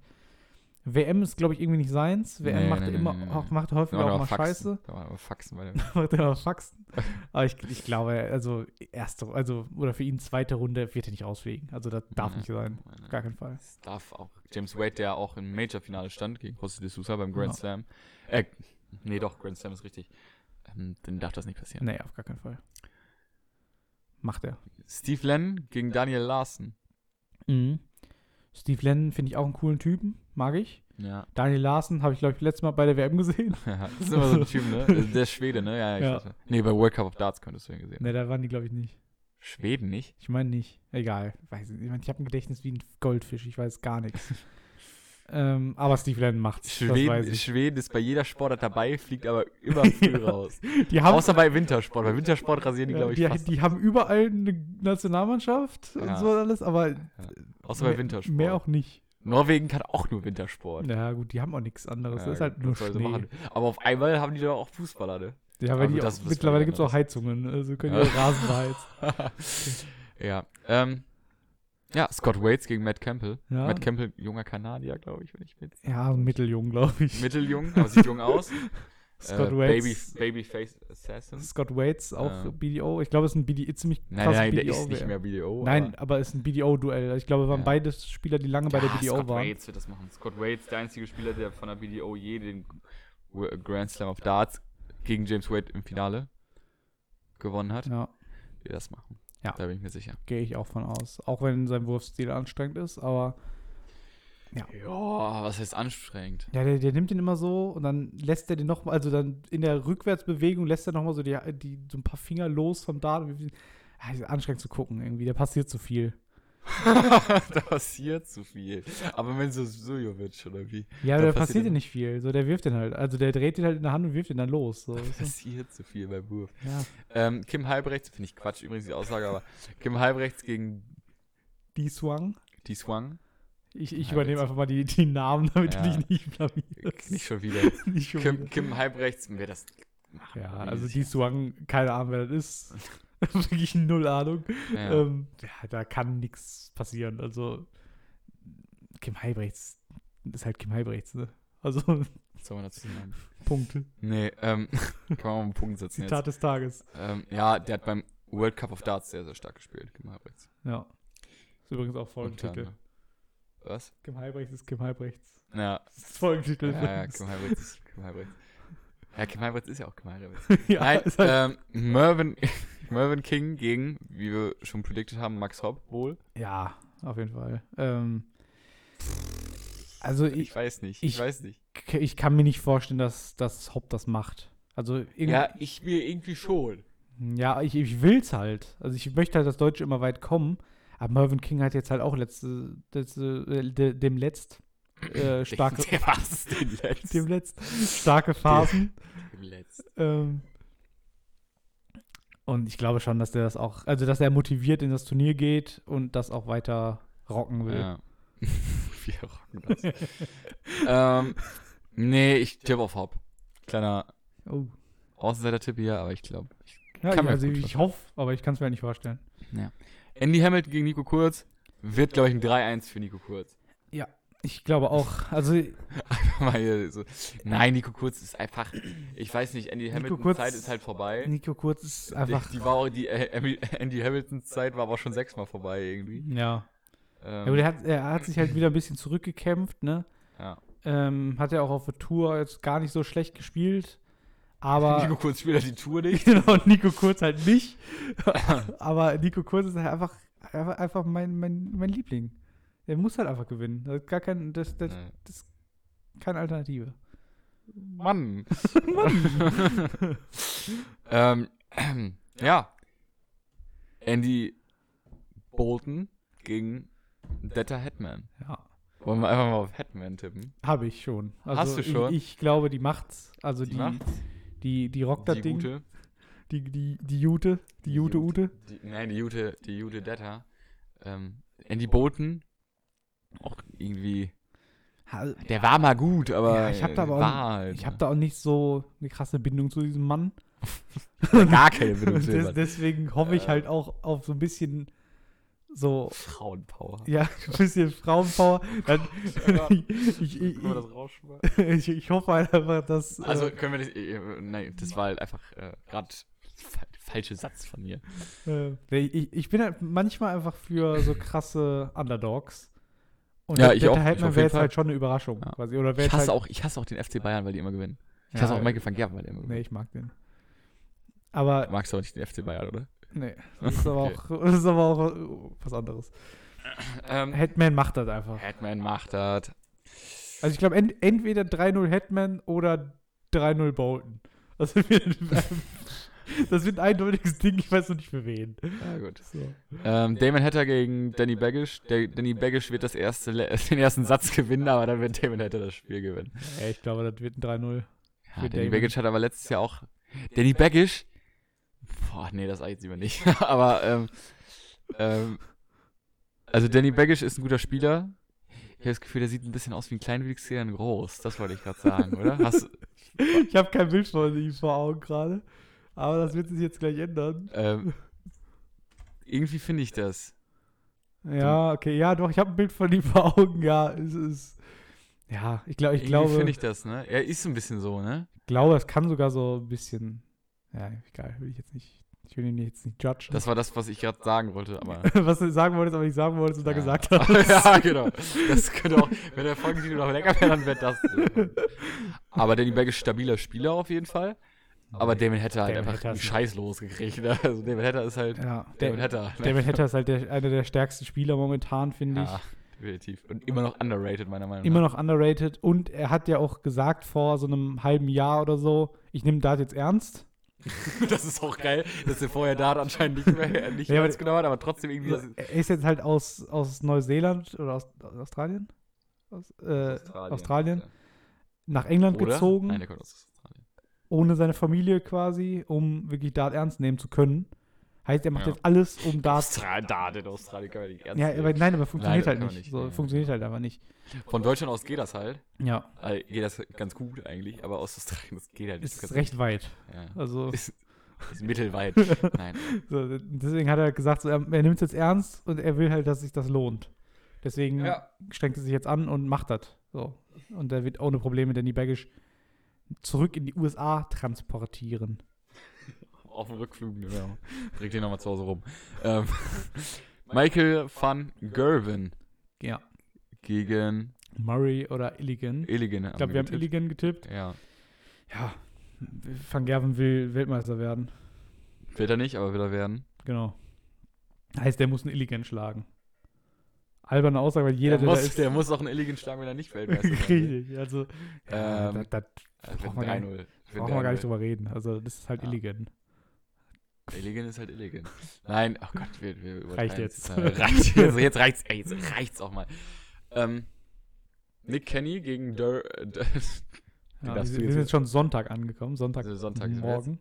[SPEAKER 2] WM ist, glaube ich, irgendwie nicht seins. WM
[SPEAKER 1] Nee,
[SPEAKER 2] macht
[SPEAKER 1] nee,
[SPEAKER 2] er immer,
[SPEAKER 1] nee, nee,
[SPEAKER 2] Auch,
[SPEAKER 1] nee.
[SPEAKER 2] macht häufig
[SPEAKER 1] Da waren
[SPEAKER 2] auch
[SPEAKER 1] aber
[SPEAKER 2] mal
[SPEAKER 1] Faxen.
[SPEAKER 2] Scheiße. *laughs*
[SPEAKER 1] Da waren aber Faxen bei dem.
[SPEAKER 2] macht er mal Faxen. aber ich, ich glaube, also erste, also, oder für ihn zweite Runde wird er nicht auswählen. Also das darf
[SPEAKER 1] Nee.
[SPEAKER 2] nicht sein.
[SPEAKER 1] Meine-
[SPEAKER 2] Auf gar keinen Fall.
[SPEAKER 1] ne? Das darf auch. James Wade, der auch im Major-Finale stand gegen José de Sousa beim Grand
[SPEAKER 2] Ja.
[SPEAKER 1] Slam. Äh, nee, doch, Grand Slam ist richtig. Ähm, dann darf das nicht passieren.
[SPEAKER 2] Nee, auf gar keinen Fall. Macht er.
[SPEAKER 1] Steve Lennon gegen Daniel Larson. Mhm.
[SPEAKER 2] Steve Lennon finde ich auch einen coolen Typen. Mag ich.
[SPEAKER 1] Ja.
[SPEAKER 2] Daniel Larsen habe ich, glaube ich, letztes Mal bei der WM gesehen.
[SPEAKER 1] *laughs* das ist immer so ein Typ, ne? Äh, Der Schwede, ne? Ja, ich
[SPEAKER 2] Ja.
[SPEAKER 1] weiß schon. Nee, bei World Cup of Darts könntest du ihn gesehen.
[SPEAKER 2] ne, da waren die, glaube ich, nicht.
[SPEAKER 1] Schweden nicht?
[SPEAKER 2] Ich meine nicht. Egal. Weiß nicht. Ich, mein, ich habe ein Gedächtnis wie ein Goldfisch. Ich weiß
[SPEAKER 1] *laughs*
[SPEAKER 2] gar nichts. ähm, aber Steve Lennon macht's. das weiß
[SPEAKER 1] Schweden,
[SPEAKER 2] ich.
[SPEAKER 1] Schweden ist bei jeder Sportart dabei, fliegt aber immer früh
[SPEAKER 2] *laughs* Ja.
[SPEAKER 1] raus.
[SPEAKER 2] Die haben,
[SPEAKER 1] Außer bei Wintersport. Bei Wintersport rasieren die, glaube ich,
[SPEAKER 2] die,
[SPEAKER 1] fast.
[SPEAKER 2] die haben überall eine Nationalmannschaft
[SPEAKER 1] Ja.
[SPEAKER 2] und so alles, aber
[SPEAKER 1] Außer bei
[SPEAKER 2] mehr-
[SPEAKER 1] Wintersport.
[SPEAKER 2] mehr auch nicht.
[SPEAKER 1] Norwegen kann auch nur Wintersport.
[SPEAKER 2] Na ja, gut, die haben auch nichts anderes. das ist halt
[SPEAKER 1] gut,
[SPEAKER 2] nur
[SPEAKER 1] was soll sie
[SPEAKER 2] Schnee.
[SPEAKER 1] machen? Aber auf einmal haben die doch auch Fußballer, ne?
[SPEAKER 2] Ja,
[SPEAKER 1] Aber
[SPEAKER 2] weil die
[SPEAKER 1] gut, das-
[SPEAKER 2] auch,
[SPEAKER 1] das war
[SPEAKER 2] mittlerweile
[SPEAKER 1] ja
[SPEAKER 2] gibt es auch Heizungen. Also können
[SPEAKER 1] Ja.
[SPEAKER 2] die auch Rasen
[SPEAKER 1] *laughs*
[SPEAKER 2] beheizen.
[SPEAKER 1] ja. Ähm, ja, Scott Waits gegen Matt Campbell.
[SPEAKER 2] Ja.
[SPEAKER 1] Matt Campbell, junger Kanadier, glaube ich, wenn ich mit.
[SPEAKER 2] Ja, mitteljung, glaube ich.
[SPEAKER 1] Mitteljung, aber sieht jung
[SPEAKER 2] *laughs*
[SPEAKER 1] aus.
[SPEAKER 2] Scott
[SPEAKER 1] äh,
[SPEAKER 2] Waits.
[SPEAKER 1] Baby, Babyface Assassin.
[SPEAKER 2] Scott Waits, auch
[SPEAKER 1] Ja.
[SPEAKER 2] BDO. Ich glaube, es ist ein BDO, ziemlich krasses
[SPEAKER 1] Nein, nein, der
[SPEAKER 2] BDO
[SPEAKER 1] ist nicht
[SPEAKER 2] -WM.
[SPEAKER 1] mehr BDO.
[SPEAKER 2] Nein,
[SPEAKER 1] aber-
[SPEAKER 2] aber es ist ein BDO-Duell. Ich glaube, waren
[SPEAKER 1] Ja.
[SPEAKER 2] beide Spieler, die lange bei der
[SPEAKER 1] Ja,
[SPEAKER 2] BDO
[SPEAKER 1] Scott
[SPEAKER 2] waren.
[SPEAKER 1] Waits wird das machen. Scott Waits, der einzige Spieler, der von der BDO je den Grand Slam of Darts gegen James Wade im Finale gewonnen hat.
[SPEAKER 2] Ja,
[SPEAKER 1] Wird das machen.
[SPEAKER 2] Mhm. Ja.
[SPEAKER 1] Da bin ich mir sicher.
[SPEAKER 2] gehe ich auch von aus. Auch wenn sein Wurfstil anstrengend ist, aber
[SPEAKER 1] Ja, was heißt
[SPEAKER 2] *laughs*
[SPEAKER 1] anstrengend?
[SPEAKER 2] ja, der, der nimmt den immer so und dann lässt er den nochmal, also dann in der Rückwärtsbewegung lässt er nochmal so, die, die, so ein paar Finger los vom Dart. Ja, ist anstrengend zu gucken irgendwie, der passiert zu viel.
[SPEAKER 1] da passiert zu viel. Aber wenn so Sujovic oder wie,
[SPEAKER 2] Ja,
[SPEAKER 1] Da
[SPEAKER 2] aber da
[SPEAKER 1] passiert
[SPEAKER 2] passiert ja
[SPEAKER 1] immer-
[SPEAKER 2] nicht viel. So, der wirft den halt, also der dreht den halt in der Hand und wirft den dann los.
[SPEAKER 1] *laughs*
[SPEAKER 2] So.
[SPEAKER 1] passiert zu viel beim Wurf.
[SPEAKER 2] Ja,
[SPEAKER 1] Ähm, Kim Halbrechts, finde ich Quatsch übrigens die Aussage, aber Kim Halbrechts gegen
[SPEAKER 2] die Swang.
[SPEAKER 1] die Swang.
[SPEAKER 2] Ich, ich
[SPEAKER 1] Ja,
[SPEAKER 2] übernehme
[SPEAKER 1] jetzt-
[SPEAKER 2] einfach mal die, die Namen, damit
[SPEAKER 1] Ja.
[SPEAKER 2] du dich nicht blamierst.
[SPEAKER 1] Nicht schon wieder.
[SPEAKER 2] Nicht *laughs* schon
[SPEAKER 1] Kim,
[SPEAKER 2] wieder.
[SPEAKER 1] Kim Halbrechts, wer das machen
[SPEAKER 2] Ja,
[SPEAKER 1] würde,
[SPEAKER 2] also
[SPEAKER 1] dieses
[SPEAKER 2] die Swang, keine Ahnung, wer das ist. *laughs* Wirklich null Ahnung.
[SPEAKER 1] Jahr. Ja.
[SPEAKER 2] Ähm, ja, da kann nichts passieren. Also, Kim Heibrechts ist halt Kim Heibrechts, ne? Also, *laughs*
[SPEAKER 1] was soll man dazu sagen?
[SPEAKER 2] Punkt.
[SPEAKER 1] Nee, ähm, *laughs* kann man mal einen Punkt setzen jetzt.
[SPEAKER 2] Zitat des Tages.
[SPEAKER 1] Ähm, ja, der hat beim World Cup of Darts sehr, sehr stark gespielt, Kim Halbrechts.
[SPEAKER 2] Ja. Ist übrigens auch Folgentitel.
[SPEAKER 1] anderem. Was?
[SPEAKER 2] Kim Heibrechts ist Kim Heibrechts.
[SPEAKER 1] Ja,
[SPEAKER 2] Das ist Folgentitel. *laughs*
[SPEAKER 1] ja, ja,
[SPEAKER 2] übrigens.
[SPEAKER 1] Kim Halbrechts ist Kim Halbrechts. Ja, Kim Halbrechts ist ja auch Kim Halbrechts.
[SPEAKER 2] ja,
[SPEAKER 1] Nein,
[SPEAKER 2] *laughs* ist halt,
[SPEAKER 1] ähm, Mervyn, *laughs* Mervyn King gegen, wie wir schon predicted haben, Max Hopp wohl.
[SPEAKER 2] ja, auf jeden Fall. Ähm, also,
[SPEAKER 1] Ich,
[SPEAKER 2] ich,
[SPEAKER 1] weiß nicht, ich,
[SPEAKER 2] ich-
[SPEAKER 1] weiß nicht.
[SPEAKER 2] K- ich kann mir nicht vorstellen, dass, dass Hopp das macht. Also irgendwie, ja,
[SPEAKER 1] Ja, ich mir irgendwie schon.
[SPEAKER 2] ja ich, ich will es halt. Also ich möchte halt, dass Deutsche immer weit kommen. Aber Mervyn King hat jetzt halt auch letzte, letzte äh, de, dem letzt
[SPEAKER 1] *laughs*
[SPEAKER 2] äh, starke,
[SPEAKER 1] Der war es den letzten.
[SPEAKER 2] dem letzt starke Phasen.
[SPEAKER 1] Dem letzten.
[SPEAKER 2] Ähm, und ich glaube schon, dass der das auch, also dass er motiviert in das Turnier geht und das auch weiter rocken will.
[SPEAKER 1] Ja. *laughs* wir rocken das. ähm, nee, ich tippe auf Hopp. Kleiner
[SPEAKER 2] Oh.
[SPEAKER 1] Außenseiter-Tipp hier, aber ich glaube.
[SPEAKER 2] Ja,
[SPEAKER 1] Kann
[SPEAKER 2] ich,
[SPEAKER 1] mir
[SPEAKER 2] also
[SPEAKER 1] gut
[SPEAKER 2] ich
[SPEAKER 1] vorstellen.
[SPEAKER 2] hoffe, aber ich kann es mir halt nicht vorstellen.
[SPEAKER 1] Andy Hamilton gegen Nico Kurz wird, glaube ich, ein 3-1 für Nico Kurz. *laughs*
[SPEAKER 2] Ich glaube auch, also
[SPEAKER 1] Mal hier so. also, Nein, Nico Kurz ist einfach, ich weiß nicht, Andy
[SPEAKER 2] Nico
[SPEAKER 1] Hamiltons
[SPEAKER 2] Kurz-
[SPEAKER 1] Zeit ist halt vorbei.
[SPEAKER 2] Nico Kurz ist
[SPEAKER 1] Die-
[SPEAKER 2] einfach,
[SPEAKER 1] Die war auch, die äh, Emmy- Andy Hamiltons Zeit war aber auch schon sechsmal vorbei irgendwie.
[SPEAKER 2] ja.
[SPEAKER 1] Ähm,
[SPEAKER 2] Ja, aber der hat, er hat sich halt wieder ein bisschen zurückgekämpft, ne?
[SPEAKER 1] ja.
[SPEAKER 2] Ähm, hat er auch auf der Tour jetzt gar nicht so schlecht gespielt.
[SPEAKER 1] *laughs*
[SPEAKER 2] Aber *laughs*
[SPEAKER 1] Nico Kurz spielt ja die Tour nicht.
[SPEAKER 2] genau, Nico Kurz
[SPEAKER 1] *laughs*
[SPEAKER 2] halt nicht. Aber Nico Kurz ist halt einfach, einfach, einfach mein, mein, mein Liebling. Der muss halt einfach gewinnen. Das ist gar kein, das, das,
[SPEAKER 1] Nee.
[SPEAKER 2] keine Alternative. *laughs*
[SPEAKER 1] Mann. *laughs* ähm, *clears throat* ja. Andy Bolton gegen Detta Headman.
[SPEAKER 2] Ja.
[SPEAKER 1] Wollen wir einfach mal auf Headman tippen?
[SPEAKER 2] Habe ich schon. Also
[SPEAKER 1] Hast du schon?
[SPEAKER 2] Ich, ich glaube, die macht's. Also die, die,
[SPEAKER 1] macht's.
[SPEAKER 2] die, rockt das
[SPEAKER 1] die
[SPEAKER 2] Ding.
[SPEAKER 1] gute.
[SPEAKER 2] Die, die, die Jute. Die Jute, Ute.
[SPEAKER 1] Die, nein, die Jute, die Jute Detta. Ähm, Andy Bolton. Auch irgendwie. Der war mal gut, aber.
[SPEAKER 2] Ja, ich hab da aber auch-
[SPEAKER 1] war halt-
[SPEAKER 2] Ich habe da auch nicht so eine krasse Bindung zu diesem Mann.
[SPEAKER 1] *laughs*
[SPEAKER 2] *laughs*
[SPEAKER 1] gar keine Bindung zu
[SPEAKER 2] Des,
[SPEAKER 1] jemandem.
[SPEAKER 2] deswegen hoffe ich
[SPEAKER 1] Äh.
[SPEAKER 2] halt auch auf so ein bisschen so,
[SPEAKER 1] Frauenpower.
[SPEAKER 2] ja, ein
[SPEAKER 1] *laughs*
[SPEAKER 2] bisschen Frauenpower. Dann, ich, ich, ich,
[SPEAKER 1] rausschmeißen?
[SPEAKER 2] ich, ich hoffe halt einfach, dass.
[SPEAKER 1] Also können wir das. äh, äh, Nein, das war halt einfach äh, gerade fa falsche Satz von mir.
[SPEAKER 2] äh, nee, ich, ich bin halt manchmal einfach für so krasse Underdogs. Und
[SPEAKER 1] Ja,
[SPEAKER 2] der-
[SPEAKER 1] ich
[SPEAKER 2] der
[SPEAKER 1] auch. Ich
[SPEAKER 2] Heldmann
[SPEAKER 1] auf
[SPEAKER 2] wäre
[SPEAKER 1] jeden
[SPEAKER 2] jetzt
[SPEAKER 1] Fall.
[SPEAKER 2] halt schon eine Überraschung.
[SPEAKER 1] Ja.
[SPEAKER 2] Quasi. Oder wär
[SPEAKER 1] Ich
[SPEAKER 2] jetzt
[SPEAKER 1] hasse,
[SPEAKER 2] halt,
[SPEAKER 1] auch, ich hasse auch den FC Bayern, weil die immer gewinnen. Ich
[SPEAKER 2] Ja,
[SPEAKER 1] hasse auch
[SPEAKER 2] äh,
[SPEAKER 1] Michael van Gerwen, weil der immer gewinnt.
[SPEAKER 2] Nee, ich mag den. Aber,
[SPEAKER 1] Du magst aber nicht den FC Bayern, oder?
[SPEAKER 2] nee, das ist aber,
[SPEAKER 1] *laughs* Okay.
[SPEAKER 2] auch, das ist aber auch äh, was anderes.
[SPEAKER 1] Ähm,
[SPEAKER 2] Headman macht das einfach.
[SPEAKER 1] Headman macht das.
[SPEAKER 2] Also ich glaube, ent entweder 3-0 Headman oder 3-0 Bolton. Das wird, *laughs* das wird ein eindeutiges Ding, ich weiß noch nicht für wen.
[SPEAKER 1] Ja, gut.
[SPEAKER 2] So.
[SPEAKER 1] Ähm, Damon Hatter gegen Danny Baggish. Der, Danny Baggish wird das erste, Le- *laughs* den ersten Satz gewinnen, aber dann wird Damon Hatter das Spiel gewinnen.
[SPEAKER 2] Ja, ich glaube, das wird ein 3-0.
[SPEAKER 1] Ja,
[SPEAKER 2] Für
[SPEAKER 1] Danny
[SPEAKER 2] Damon.
[SPEAKER 1] Baggish hat aber letztes Jahr auch. Danny Baggish. Boah, nee, das sag ich jetzt lieber nicht. *laughs* aber, ähm, ähm, also Danny Baggish ist ein guter Spieler. Ich habe das Gefühl, der sieht ein bisschen aus wie ein Kleinwüchsiger in groß. Das wollte ich gerade sagen, oder? Hast,
[SPEAKER 2] Ich habe kein Bild von ihm vor Augen gerade. Aber das wird sich jetzt gleich ändern.
[SPEAKER 1] ähm, irgendwie finde ich das.
[SPEAKER 2] Ja, okay, ja, doch, ich habe ein Bild von ihm vor Augen, ja. Es ist. Ja, ich, glaub, ich
[SPEAKER 1] irgendwie
[SPEAKER 2] glaube,
[SPEAKER 1] finde
[SPEAKER 2] ich
[SPEAKER 1] ich das, ne? Er ist so ein bisschen so, ne?
[SPEAKER 2] glaube, es kann sogar so ein bisschen. Ja, egal, will ich jetzt nicht. Ich will ihn jetzt nicht judgen.
[SPEAKER 1] Das war das, was ich gerade sagen wollte, aber.
[SPEAKER 2] *laughs* was du sagen wolltest, aber nicht sagen wolltest und dann
[SPEAKER 1] *laughs*
[SPEAKER 2] gesagt hast.
[SPEAKER 1] ja, genau. Das könnte auch, wenn der Folgentitel noch lecker wäre, dann wäre das. Aber Danny Berg ist stabiler Spieler auf jeden Fall. Aber Damon Hatter halt
[SPEAKER 2] Damon
[SPEAKER 1] einfach
[SPEAKER 2] Hatter
[SPEAKER 1] einen
[SPEAKER 2] ist-
[SPEAKER 1] Scheiß losgekriegt. Ne? Also Damon Hatter ist halt
[SPEAKER 2] Ja,
[SPEAKER 1] Damon
[SPEAKER 2] der,
[SPEAKER 1] Hatter. Ne?
[SPEAKER 2] David Hatter ist halt der, einer der stärksten Spieler momentan, finde
[SPEAKER 1] ja, genau. definitiv. Und immer noch underrated, meiner
[SPEAKER 2] ich.
[SPEAKER 1] Meinung
[SPEAKER 2] Immer
[SPEAKER 1] nach.
[SPEAKER 2] noch underrated. Und er hat ja auch gesagt vor so einem halben Jahr oder so, ich nehme das jetzt ernst.
[SPEAKER 1] *laughs* Das ist auch geil, dass er vorher da anscheinend nicht mehr äh, nicht
[SPEAKER 2] Ja, aber-
[SPEAKER 1] ernst genommen hat, aber trotzdem irgendwie das
[SPEAKER 2] Er ist jetzt halt aus, aus Neuseeland oder aus, aus Australien? Aus, äh, Australien. Nach England
[SPEAKER 1] Oder?
[SPEAKER 2] gezogen,
[SPEAKER 1] Nein, der kommt aus Australien.
[SPEAKER 2] ohne seine Familie quasi, um wirklich Dart ernst nehmen zu können. Heißt, er macht
[SPEAKER 1] Ja.
[SPEAKER 2] jetzt alles, um Dart.
[SPEAKER 1] Australien, da, den Australien kann man nicht ernst
[SPEAKER 2] Ja, aber,
[SPEAKER 1] nehmen.
[SPEAKER 2] nein, aber
[SPEAKER 1] Nein, das
[SPEAKER 2] funktioniert
[SPEAKER 1] kann
[SPEAKER 2] halt
[SPEAKER 1] man
[SPEAKER 2] nicht.
[SPEAKER 1] nicht.
[SPEAKER 2] So,
[SPEAKER 1] Ja.
[SPEAKER 2] Funktioniert halt einfach nicht.
[SPEAKER 1] Von Deutschland aus geht das halt.
[SPEAKER 2] Ja,
[SPEAKER 1] Also, geht das ganz gut eigentlich, aber aus Australien, das geht halt nicht.
[SPEAKER 2] ist recht weit.
[SPEAKER 1] Ja.
[SPEAKER 2] Also.
[SPEAKER 1] Ist, ist
[SPEAKER 2] *laughs*
[SPEAKER 1] mittelweit. Nein.
[SPEAKER 2] So, deswegen hat er gesagt, so, er, er nimmt es jetzt ernst und er will halt, dass sich das lohnt. Deswegen strengt er sich jetzt an und macht das. So. Und er wird ohne Probleme Danny Baggish zurück in die USA transportieren.
[SPEAKER 1] Auf dem Rückflug. Genau. Bringt ihn nochmal zu Hause rum. Ähm, *laughs* Michael van Gerwen
[SPEAKER 2] Ja.
[SPEAKER 1] gegen
[SPEAKER 2] Murray oder Illigan.
[SPEAKER 1] Illigan.
[SPEAKER 2] Ich glaube, wir haben Illigan getippt.
[SPEAKER 1] Ja.
[SPEAKER 2] Ja. Van Gerven will Weltmeister werden.
[SPEAKER 1] Wird er nicht, aber wird er werden.
[SPEAKER 2] Genau. Heißt, der muss einen Illigan schlagen. Alberne Aussage, weil jeder,
[SPEAKER 1] der,
[SPEAKER 2] der
[SPEAKER 1] muss,
[SPEAKER 2] da ist,
[SPEAKER 1] der muss auch einen Illigan schlagen, wenn äh, er nicht
[SPEAKER 2] *laughs*
[SPEAKER 1] Weltmeister wird.
[SPEAKER 2] richtig. Also, ja,
[SPEAKER 1] Ähm,
[SPEAKER 2] da, da
[SPEAKER 1] Also wird
[SPEAKER 2] Brauchen wir gar
[SPEAKER 1] 3-0. Wird
[SPEAKER 2] brauchen wir gar nicht
[SPEAKER 1] 3-0.
[SPEAKER 2] drüber reden. Also, das ist halt
[SPEAKER 1] Ja.
[SPEAKER 2] Illigan.
[SPEAKER 1] Illigan ist halt Illigan. Nein, oh Gott, wir, wir übertreiben es
[SPEAKER 2] jetzt.
[SPEAKER 1] jetzt. Äh,
[SPEAKER 2] *laughs*
[SPEAKER 1] Reicht jetzt. Jetzt reicht's, ey, jetzt reicht's auch mal. Ähm, Nick Kenny gegen Dur *laughs* äh, Dur- Den
[SPEAKER 2] Ja, wir
[SPEAKER 1] darfst du
[SPEAKER 2] wir
[SPEAKER 1] jetzt-
[SPEAKER 2] sind jetzt schon Sonntag angekommen. Sonntag,
[SPEAKER 1] Also Sonntag sind wir jetzt. *laughs*
[SPEAKER 2] morgen.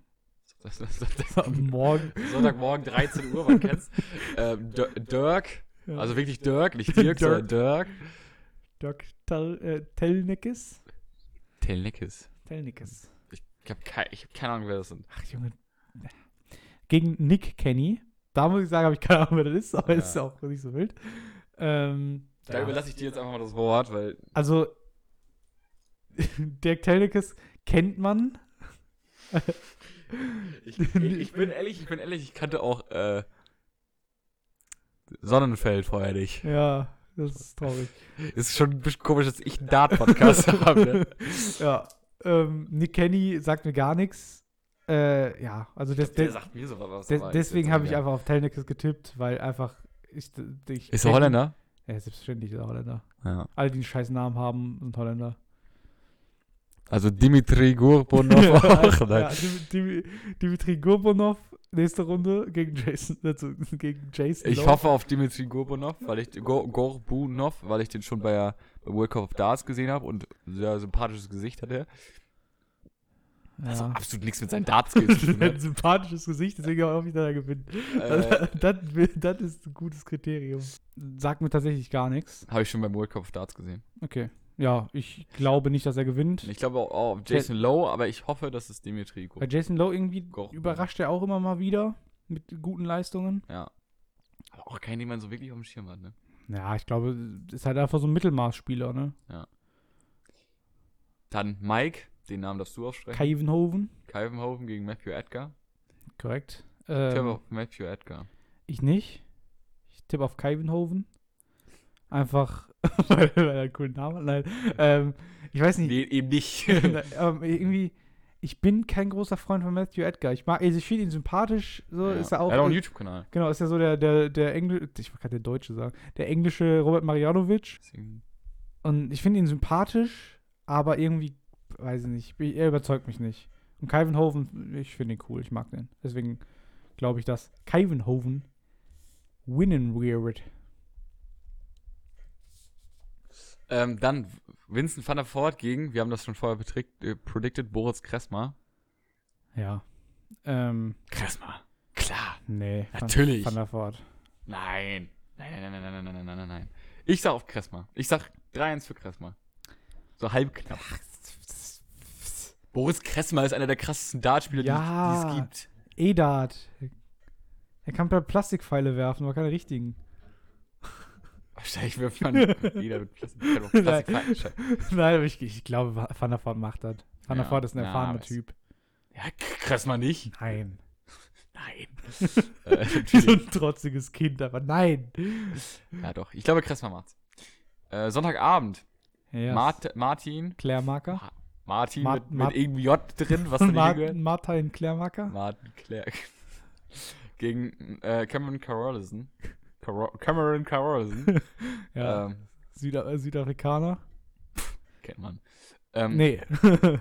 [SPEAKER 1] Das- das- das- das-
[SPEAKER 2] *laughs* morgen.
[SPEAKER 1] Sonntagmorgen 13 Uhr, man kennt's. Ähm, Dir- Dirk,
[SPEAKER 2] Ja.
[SPEAKER 1] also wirklich Dirk, nicht Dirk,
[SPEAKER 2] Dirk.
[SPEAKER 1] sondern Dirk.
[SPEAKER 2] Dirk Tel, äh, Telnickes?
[SPEAKER 1] Telnickes.
[SPEAKER 2] Telnickes.
[SPEAKER 1] Ich habe keine, ich hab keine Ahnung, wer das sind.
[SPEAKER 2] Ach, Junge. Gegen Nick Kenny. Da muss ich sagen, habe ich keine Ahnung, wer das ist, aber
[SPEAKER 1] Ja.
[SPEAKER 2] ist auch nicht so wild. Ähm,
[SPEAKER 1] Da
[SPEAKER 2] ja.
[SPEAKER 1] überlasse ich dir jetzt einfach mal das Wort, weil *laughs*
[SPEAKER 2] Also, *laughs* Dirk Telnickes kennt man.
[SPEAKER 1] ich, ich, ich bin ehrlich, ich bin ehrlich, ich kannte auch äh, Sonnenfeld vorher nicht.
[SPEAKER 2] Ja, das ist traurig. *laughs*
[SPEAKER 1] Ist schon ein bisschen komisch, dass ich einen Dart-Podcast habe. Ne?
[SPEAKER 2] Ja. ähm, Nick Kenny sagt mir gar nichts. Äh, ja, also des,
[SPEAKER 1] Der
[SPEAKER 2] des,
[SPEAKER 1] sagt mir sogar was.
[SPEAKER 2] des,
[SPEAKER 1] aber
[SPEAKER 2] deswegen
[SPEAKER 1] jetzt
[SPEAKER 2] habe ich
[SPEAKER 1] egal.
[SPEAKER 2] einfach auf Telnikus getippt, weil einfach ich, ich
[SPEAKER 1] Ist er Holländer?
[SPEAKER 2] Ja, selbstverständlich ist er Holländer.
[SPEAKER 1] Ja.
[SPEAKER 2] Alle, die einen scheiß Namen haben,
[SPEAKER 1] *laughs*
[SPEAKER 2] sind Holländer.
[SPEAKER 1] Also Dimitri Gurbunov
[SPEAKER 2] *laughs*
[SPEAKER 1] auch.
[SPEAKER 2] ja,
[SPEAKER 1] Nein.
[SPEAKER 2] Dim- Dim- Dimitri Gorbunov, nächste Runde gegen Jason. *laughs* Also, gegen Jason
[SPEAKER 1] Ich
[SPEAKER 2] Lowe.
[SPEAKER 1] hoffe auf Dimitri Gorbunov, weil ich Gor- Gorbunov, weil ich den schon bei der bei World Cup of Darts gesehen habe und ein sehr sympathisches Gesicht hat er.
[SPEAKER 2] *laughs*
[SPEAKER 1] Also
[SPEAKER 2] Ja.
[SPEAKER 1] absolut nichts mit seinen Darts skills zu tun
[SPEAKER 2] ein *laughs*
[SPEAKER 1] hat.
[SPEAKER 2] sympathisches Gesicht, deswegen hoffe ich, dass er gewinnt.
[SPEAKER 1] äh,
[SPEAKER 2] *laughs* das, das ist ein gutes Kriterium. Sagt mir tatsächlich gar nichts.
[SPEAKER 1] Habe ich schon beim World Cup of Darts gesehen.
[SPEAKER 2] Okay. Ja, ich glaube nicht, dass er gewinnt.
[SPEAKER 1] Ich glaube auch auf Jason Lowe, aber ich hoffe, dass es Dimitri
[SPEAKER 2] Bei
[SPEAKER 1] Gorbunov.
[SPEAKER 2] Jason Lowe irgendwie
[SPEAKER 1] Gorbunov.
[SPEAKER 2] überrascht er auch immer mal wieder mit guten Leistungen.
[SPEAKER 1] Ja. Aber auch keinen, den man so wirklich auf dem Schirm hat, ne?
[SPEAKER 2] Ja, ich glaube, ist halt einfach so ein Mittelmaßspieler, ne?
[SPEAKER 1] Dann Mike, den Namen darfst du aussprechen.
[SPEAKER 2] Kaivenhoven,
[SPEAKER 1] Kaivenhofen gegen Matthew Edgar.
[SPEAKER 2] korrekt.
[SPEAKER 1] Ich
[SPEAKER 2] Ähm,
[SPEAKER 1] habe auf Matthew Edgar.
[SPEAKER 2] Ich nicht. Ich tippe auf Kaivenhoven. Einfach, *laughs* weil, weil er einen coolen Namen hat. Nein. Ähm, ich weiß nicht.
[SPEAKER 1] Nee, eben nicht.
[SPEAKER 2] *laughs* ähm, irgendwie, ich bin kein großer Freund von Matthew Edgar. Ich mag, also ich finde ihn sympathisch. So
[SPEAKER 1] ja.
[SPEAKER 2] ist er auch.
[SPEAKER 1] er hat auch einen YouTube-Kanal.
[SPEAKER 2] genau, ist ja so der, der, der Englische, ich wollte gerade der Deutsche sagen, der englische Robert Marianovic.
[SPEAKER 1] Deswegen-
[SPEAKER 2] Und ich finde ihn sympathisch, aber irgendwie, weiß ich nicht, ich- er überzeugt mich nicht. Und Kaivenhoven, ich finde ihn cool, ich mag den. Deswegen glaube ich, dass Kaivenhoven winnen wird.
[SPEAKER 1] Ähm, dann Vincent van der Voort gegen, wir haben das schon vorher betrick, äh, predicted, Boris Kressmer.
[SPEAKER 2] Ja. Ähm,
[SPEAKER 1] Kressmer. Klar.
[SPEAKER 2] nee. Van-
[SPEAKER 1] Natürlich.
[SPEAKER 2] Van der Voort.
[SPEAKER 1] Nein. Nein, nein, nein, nein, nein, nein, nein, nein, nein, nein. Ich sag auf Kressmer. Ich sag 3-1 für Kressmer. So halb knapp. Boris Kressmer ist einer der krassesten Dartspieler, die,
[SPEAKER 2] Ja.
[SPEAKER 1] die es gibt.
[SPEAKER 2] Edard. Er kann per Plastikpfeile werfen, aber
[SPEAKER 1] *laughs*
[SPEAKER 2] keine richtigen.
[SPEAKER 1] Wahrscheinlich wirft man
[SPEAKER 2] *laughs*
[SPEAKER 1] jeder mit Plastik. kann auch Plastik
[SPEAKER 2] Nein.
[SPEAKER 1] fallen.
[SPEAKER 2] Nein, aber ich, ich glaube, Va- Van der Voort macht das. Van der
[SPEAKER 1] Ja.
[SPEAKER 2] Voort ist ein
[SPEAKER 1] Ja,
[SPEAKER 2] erfahrener
[SPEAKER 1] aber es-
[SPEAKER 2] Typ.
[SPEAKER 1] Ja, Kressmer nicht. *laughs*
[SPEAKER 2] Nein. *laughs*
[SPEAKER 1] Nein. äh,
[SPEAKER 2] Wie so
[SPEAKER 1] natürlich.
[SPEAKER 2] ein trotziges Kind, aber nein.
[SPEAKER 1] ja, doch. Ich glaube, Kressmer macht's. Äh, Sonntagabend.
[SPEAKER 2] Yes.
[SPEAKER 1] Mart Martin.
[SPEAKER 2] Klärmarker.
[SPEAKER 1] Martin
[SPEAKER 2] Mar-
[SPEAKER 1] mit,
[SPEAKER 2] Mar-
[SPEAKER 1] mit irgendwie J drin,
[SPEAKER 2] *laughs*
[SPEAKER 1] was da nicht hingehört.
[SPEAKER 2] Martin, Martin Klärmarker.
[SPEAKER 1] Martin Clark. *laughs* Gegen äh, Cameron Carrollison. Caro Cameron Carrollison.
[SPEAKER 2] *laughs* Ja,
[SPEAKER 1] Ähm,
[SPEAKER 2] Süda äh, Südafrikaner.
[SPEAKER 1] kennt man. Ähm,
[SPEAKER 2] Nee.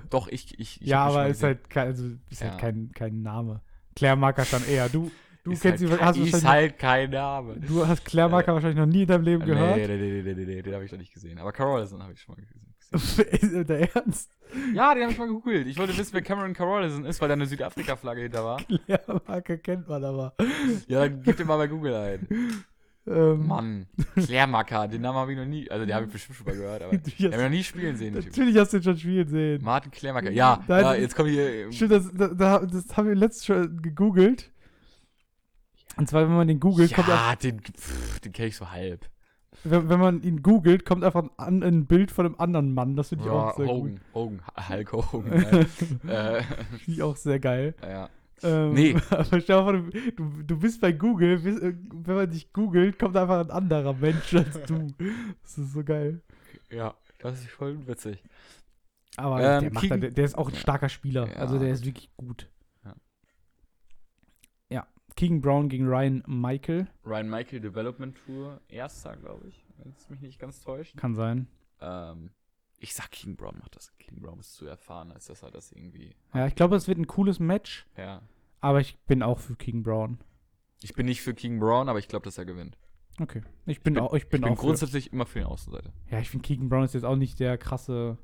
[SPEAKER 1] Doch, ich. ich, ich
[SPEAKER 2] ja,
[SPEAKER 1] hab ihn schon
[SPEAKER 2] aber
[SPEAKER 1] mal
[SPEAKER 2] ist
[SPEAKER 1] gesehen.
[SPEAKER 2] halt, kein, also ist
[SPEAKER 1] Ja.
[SPEAKER 2] halt kein, kein Name. Klärmarker ist dann eher.
[SPEAKER 1] *laughs*
[SPEAKER 2] Du, du
[SPEAKER 1] Ist
[SPEAKER 2] kennst
[SPEAKER 1] halt
[SPEAKER 2] ihn,
[SPEAKER 1] kein-
[SPEAKER 2] hast
[SPEAKER 1] Ist
[SPEAKER 2] wahrscheinlich,
[SPEAKER 1] halt kein Name.
[SPEAKER 2] *laughs* du hast Klärmarker wahrscheinlich noch nie in deinem Leben
[SPEAKER 1] Nee,
[SPEAKER 2] gehört. *laughs*
[SPEAKER 1] nee, nee, nee, nee, nee, den habe ich noch nicht gesehen. Aber Carrollison habe ich schon mal gesehen.
[SPEAKER 2] ist halt der Ernst? *laughs*
[SPEAKER 1] Ja, den habe ich mal gegoogelt. Ich wollte wissen, wer Cameron Carrollison ist, weil da eine Südafrika-Flagge hinter
[SPEAKER 2] *laughs*
[SPEAKER 1] war.
[SPEAKER 2] Klärmarker kennt man aber.
[SPEAKER 1] Ja, dann gib den mal bei Google ein.
[SPEAKER 2] Ähm,
[SPEAKER 1] Mann, Klärmacker, den Namen habe ich noch nie. Also, den habe ich bestimmt schon mal gehört, aber.
[SPEAKER 2] *laughs* du
[SPEAKER 1] Den habe ich
[SPEAKER 2] hast,
[SPEAKER 1] noch nie spielen sehen. den Typen.
[SPEAKER 2] natürlich hast du ihn schon spielen sehen.
[SPEAKER 1] Martin Klärmacker. Ja,
[SPEAKER 2] Nein,
[SPEAKER 1] ja
[SPEAKER 2] das-
[SPEAKER 1] jetzt kommt hier.
[SPEAKER 2] Stimmt, das, da, da, das haben wir letztens schon gegoogelt. Und zwar, wenn man den googelt, kommt
[SPEAKER 1] ja, den, pff, den kenne ich so halb.
[SPEAKER 2] Wenn, wenn man ihn googelt, kommt einfach ein, an- ein Bild von einem anderen Mann. Das finde ich
[SPEAKER 1] Ja, oh.
[SPEAKER 2] auch sehr gut.
[SPEAKER 1] Hogan, Hogan, Hulk
[SPEAKER 2] *laughs*
[SPEAKER 1] Hogan. ja. äh,
[SPEAKER 2] Finde ich auch sehr geil.
[SPEAKER 1] ja.
[SPEAKER 2] Ähm,
[SPEAKER 1] Nee.
[SPEAKER 2] *laughs* Aber stell dir vor, du, du, du bist bei Google. Bist, äh, wenn man dich googelt, kommt einfach ein anderer
[SPEAKER 1] *laughs*
[SPEAKER 2] Mensch als du. Das ist so geil.
[SPEAKER 1] ja, das ist voll witzig.
[SPEAKER 2] Aber
[SPEAKER 1] Ähm,
[SPEAKER 2] der, macht
[SPEAKER 1] kriegen-
[SPEAKER 2] dann, der, der ist auch ein starker Spieler.
[SPEAKER 1] Ja.
[SPEAKER 2] Also der ist wirklich gut.
[SPEAKER 1] Ja.
[SPEAKER 2] Ja. Keegan Brown gegen Ryan Michael.
[SPEAKER 1] Ryan Michael Development Tour, erster, glaube ich, wenn es mich nicht ganz täuscht.
[SPEAKER 2] Kann sein.
[SPEAKER 1] Ähm, ich sag, King Brown macht das. King Brown ist zu erfahren, als dass er das irgendwie.
[SPEAKER 2] Ja, ich glaube, es wird ein cooles Match.
[SPEAKER 1] Ja.
[SPEAKER 2] Aber ich bin auch für Keegan Brown.
[SPEAKER 1] Ich bin nicht für King Brown, aber ich glaube, dass er gewinnt.
[SPEAKER 2] Okay. Ich bin,
[SPEAKER 1] bin-
[SPEAKER 2] auch, ich bin,
[SPEAKER 1] Ich bin
[SPEAKER 2] auch für-
[SPEAKER 1] grundsätzlich immer für den Außenseiter.
[SPEAKER 2] Ja, ich finde Keegan Brown ist jetzt auch nicht der krasse,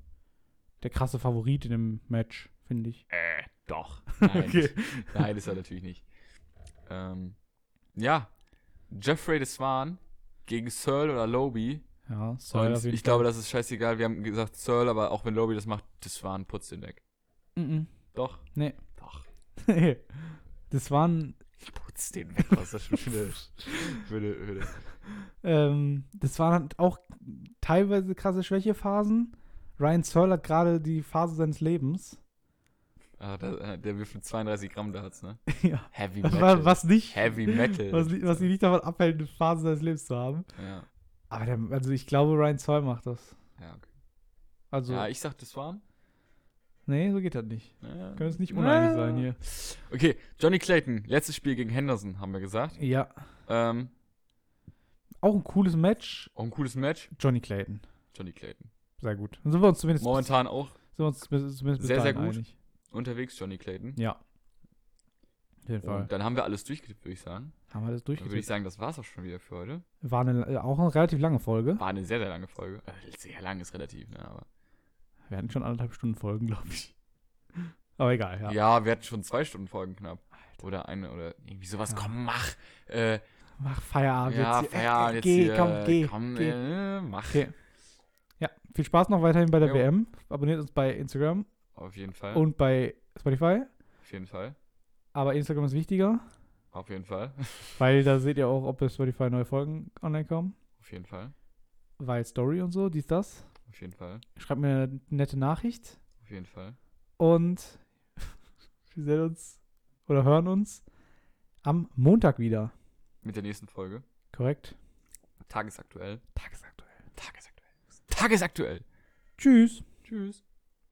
[SPEAKER 2] der krasse Favorit in dem Match, finde ich.
[SPEAKER 1] Äh, doch. *laughs* Nein,
[SPEAKER 2] Okay.
[SPEAKER 1] nein ist er natürlich nicht. Ähm, ja, Jeffrey de Swan gegen Searle oder Lobby.
[SPEAKER 2] Ja, sorry.
[SPEAKER 1] Und ich glaube, das ist scheißegal. Wir haben gesagt Searle, aber auch wenn Lobby das macht, de Swan putzt den weg.
[SPEAKER 2] Mm
[SPEAKER 1] Doch.
[SPEAKER 2] Nee.
[SPEAKER 1] Doch.
[SPEAKER 2] -mm. *laughs* das waren,
[SPEAKER 1] Putzt den weg. Was ist das schon für
[SPEAKER 2] *laughs*
[SPEAKER 1] eine, für eine, für eine.
[SPEAKER 2] ähm, das waren halt auch teilweise krasse Schwächephasen. Ryan Searle hat gerade die Phase
[SPEAKER 1] *laughs*
[SPEAKER 2] seines Lebens.
[SPEAKER 1] Ah, der, der wirft mit 32 Gramm da hat's, ne?
[SPEAKER 2] *laughs* ja.
[SPEAKER 1] Heavy
[SPEAKER 2] Was,
[SPEAKER 1] Metal.
[SPEAKER 2] was nicht.
[SPEAKER 1] Heavy Metal.
[SPEAKER 2] Was, li- was ihn nicht davon abhält, eine Phase seines Lebens zu haben.
[SPEAKER 1] Ja,
[SPEAKER 2] Aber der, also ich glaube, Ryan Searle macht das.
[SPEAKER 1] ja, okay.
[SPEAKER 2] Also,
[SPEAKER 1] ja, ich sag de Swan.
[SPEAKER 2] Nee, so geht das nicht.
[SPEAKER 1] Ja.
[SPEAKER 2] Können wir uns nicht uneinig sein hier.
[SPEAKER 1] Okay, Johnny Clayton, letztes Spiel gegen Henderson, haben wir gesagt.
[SPEAKER 2] Ja.
[SPEAKER 1] Ähm,
[SPEAKER 2] Auch ein cooles Match.
[SPEAKER 1] auch ein cooles Match.
[SPEAKER 2] Johnny Clayton.
[SPEAKER 1] Johnny Clayton.
[SPEAKER 2] Sehr gut. Dann sind wir uns zumindest,
[SPEAKER 1] Momentan auch
[SPEAKER 2] Sind wir uns zumindest zumindest bis
[SPEAKER 1] Sehr, sehr
[SPEAKER 2] dahin
[SPEAKER 1] gut.
[SPEAKER 2] einig.
[SPEAKER 1] unterwegs, Johnny Clayton.
[SPEAKER 2] Ja. Auf jeden Fall.
[SPEAKER 1] Und dann haben wir alles durchgetippt, würde ich sagen.
[SPEAKER 2] Haben wir das
[SPEAKER 1] Dann würde ich
[SPEAKER 2] durchgesetzt.
[SPEAKER 1] sagen, das war's auch schon wieder für heute.
[SPEAKER 2] War eine, äh, auch eine relativ lange Folge.
[SPEAKER 1] War eine sehr, sehr lange Folge. Äh, Sehr lang ist relativ, ne? Aber
[SPEAKER 2] Wir hatten schon anderthalb Stunden Folgen, glaube ich. Aber egal, ja.
[SPEAKER 1] ja. wir hatten schon zwei Stunden Folgen knapp. Oder eine oder irgendwie sowas.
[SPEAKER 2] Ja.
[SPEAKER 1] Komm, mach! Äh,
[SPEAKER 2] Mach Feierabend
[SPEAKER 1] ja,
[SPEAKER 2] jetzt. hier. Äh,
[SPEAKER 1] Feierabend
[SPEAKER 2] äh,
[SPEAKER 1] jetzt.
[SPEAKER 2] geh,
[SPEAKER 1] hier.
[SPEAKER 2] komm, geh.
[SPEAKER 1] Komm,
[SPEAKER 2] geh.
[SPEAKER 1] Äh, mach.
[SPEAKER 2] Okay. Ja, viel Spaß noch weiterhin bei der
[SPEAKER 1] Jo.
[SPEAKER 2] WM. Abonniert uns bei Instagram
[SPEAKER 1] Auf jeden Fall.
[SPEAKER 2] und bei Spotify.
[SPEAKER 1] Auf jeden Fall.
[SPEAKER 2] Aber Instagram ist wichtiger,
[SPEAKER 1] Auf jeden Fall. *laughs*
[SPEAKER 2] weil da seht ihr auch, ob bei Spotify neue Folgen online kommen.
[SPEAKER 1] Auf jeden Fall.
[SPEAKER 2] Weil Story und so, dies, das.
[SPEAKER 1] Auf jeden Fall.
[SPEAKER 2] Schreibt mir eine nette Nachricht
[SPEAKER 1] Auf jeden Fall.
[SPEAKER 2] und *laughs* wir sehen uns oder hören uns am Montag wieder.
[SPEAKER 1] Mit der nächsten Folge.
[SPEAKER 2] Korrekt?
[SPEAKER 1] Tagesaktuell.
[SPEAKER 2] Tagesaktuell.
[SPEAKER 1] Tagesaktuell. Tagesaktuell.
[SPEAKER 2] Tschüss.
[SPEAKER 1] Tschüss.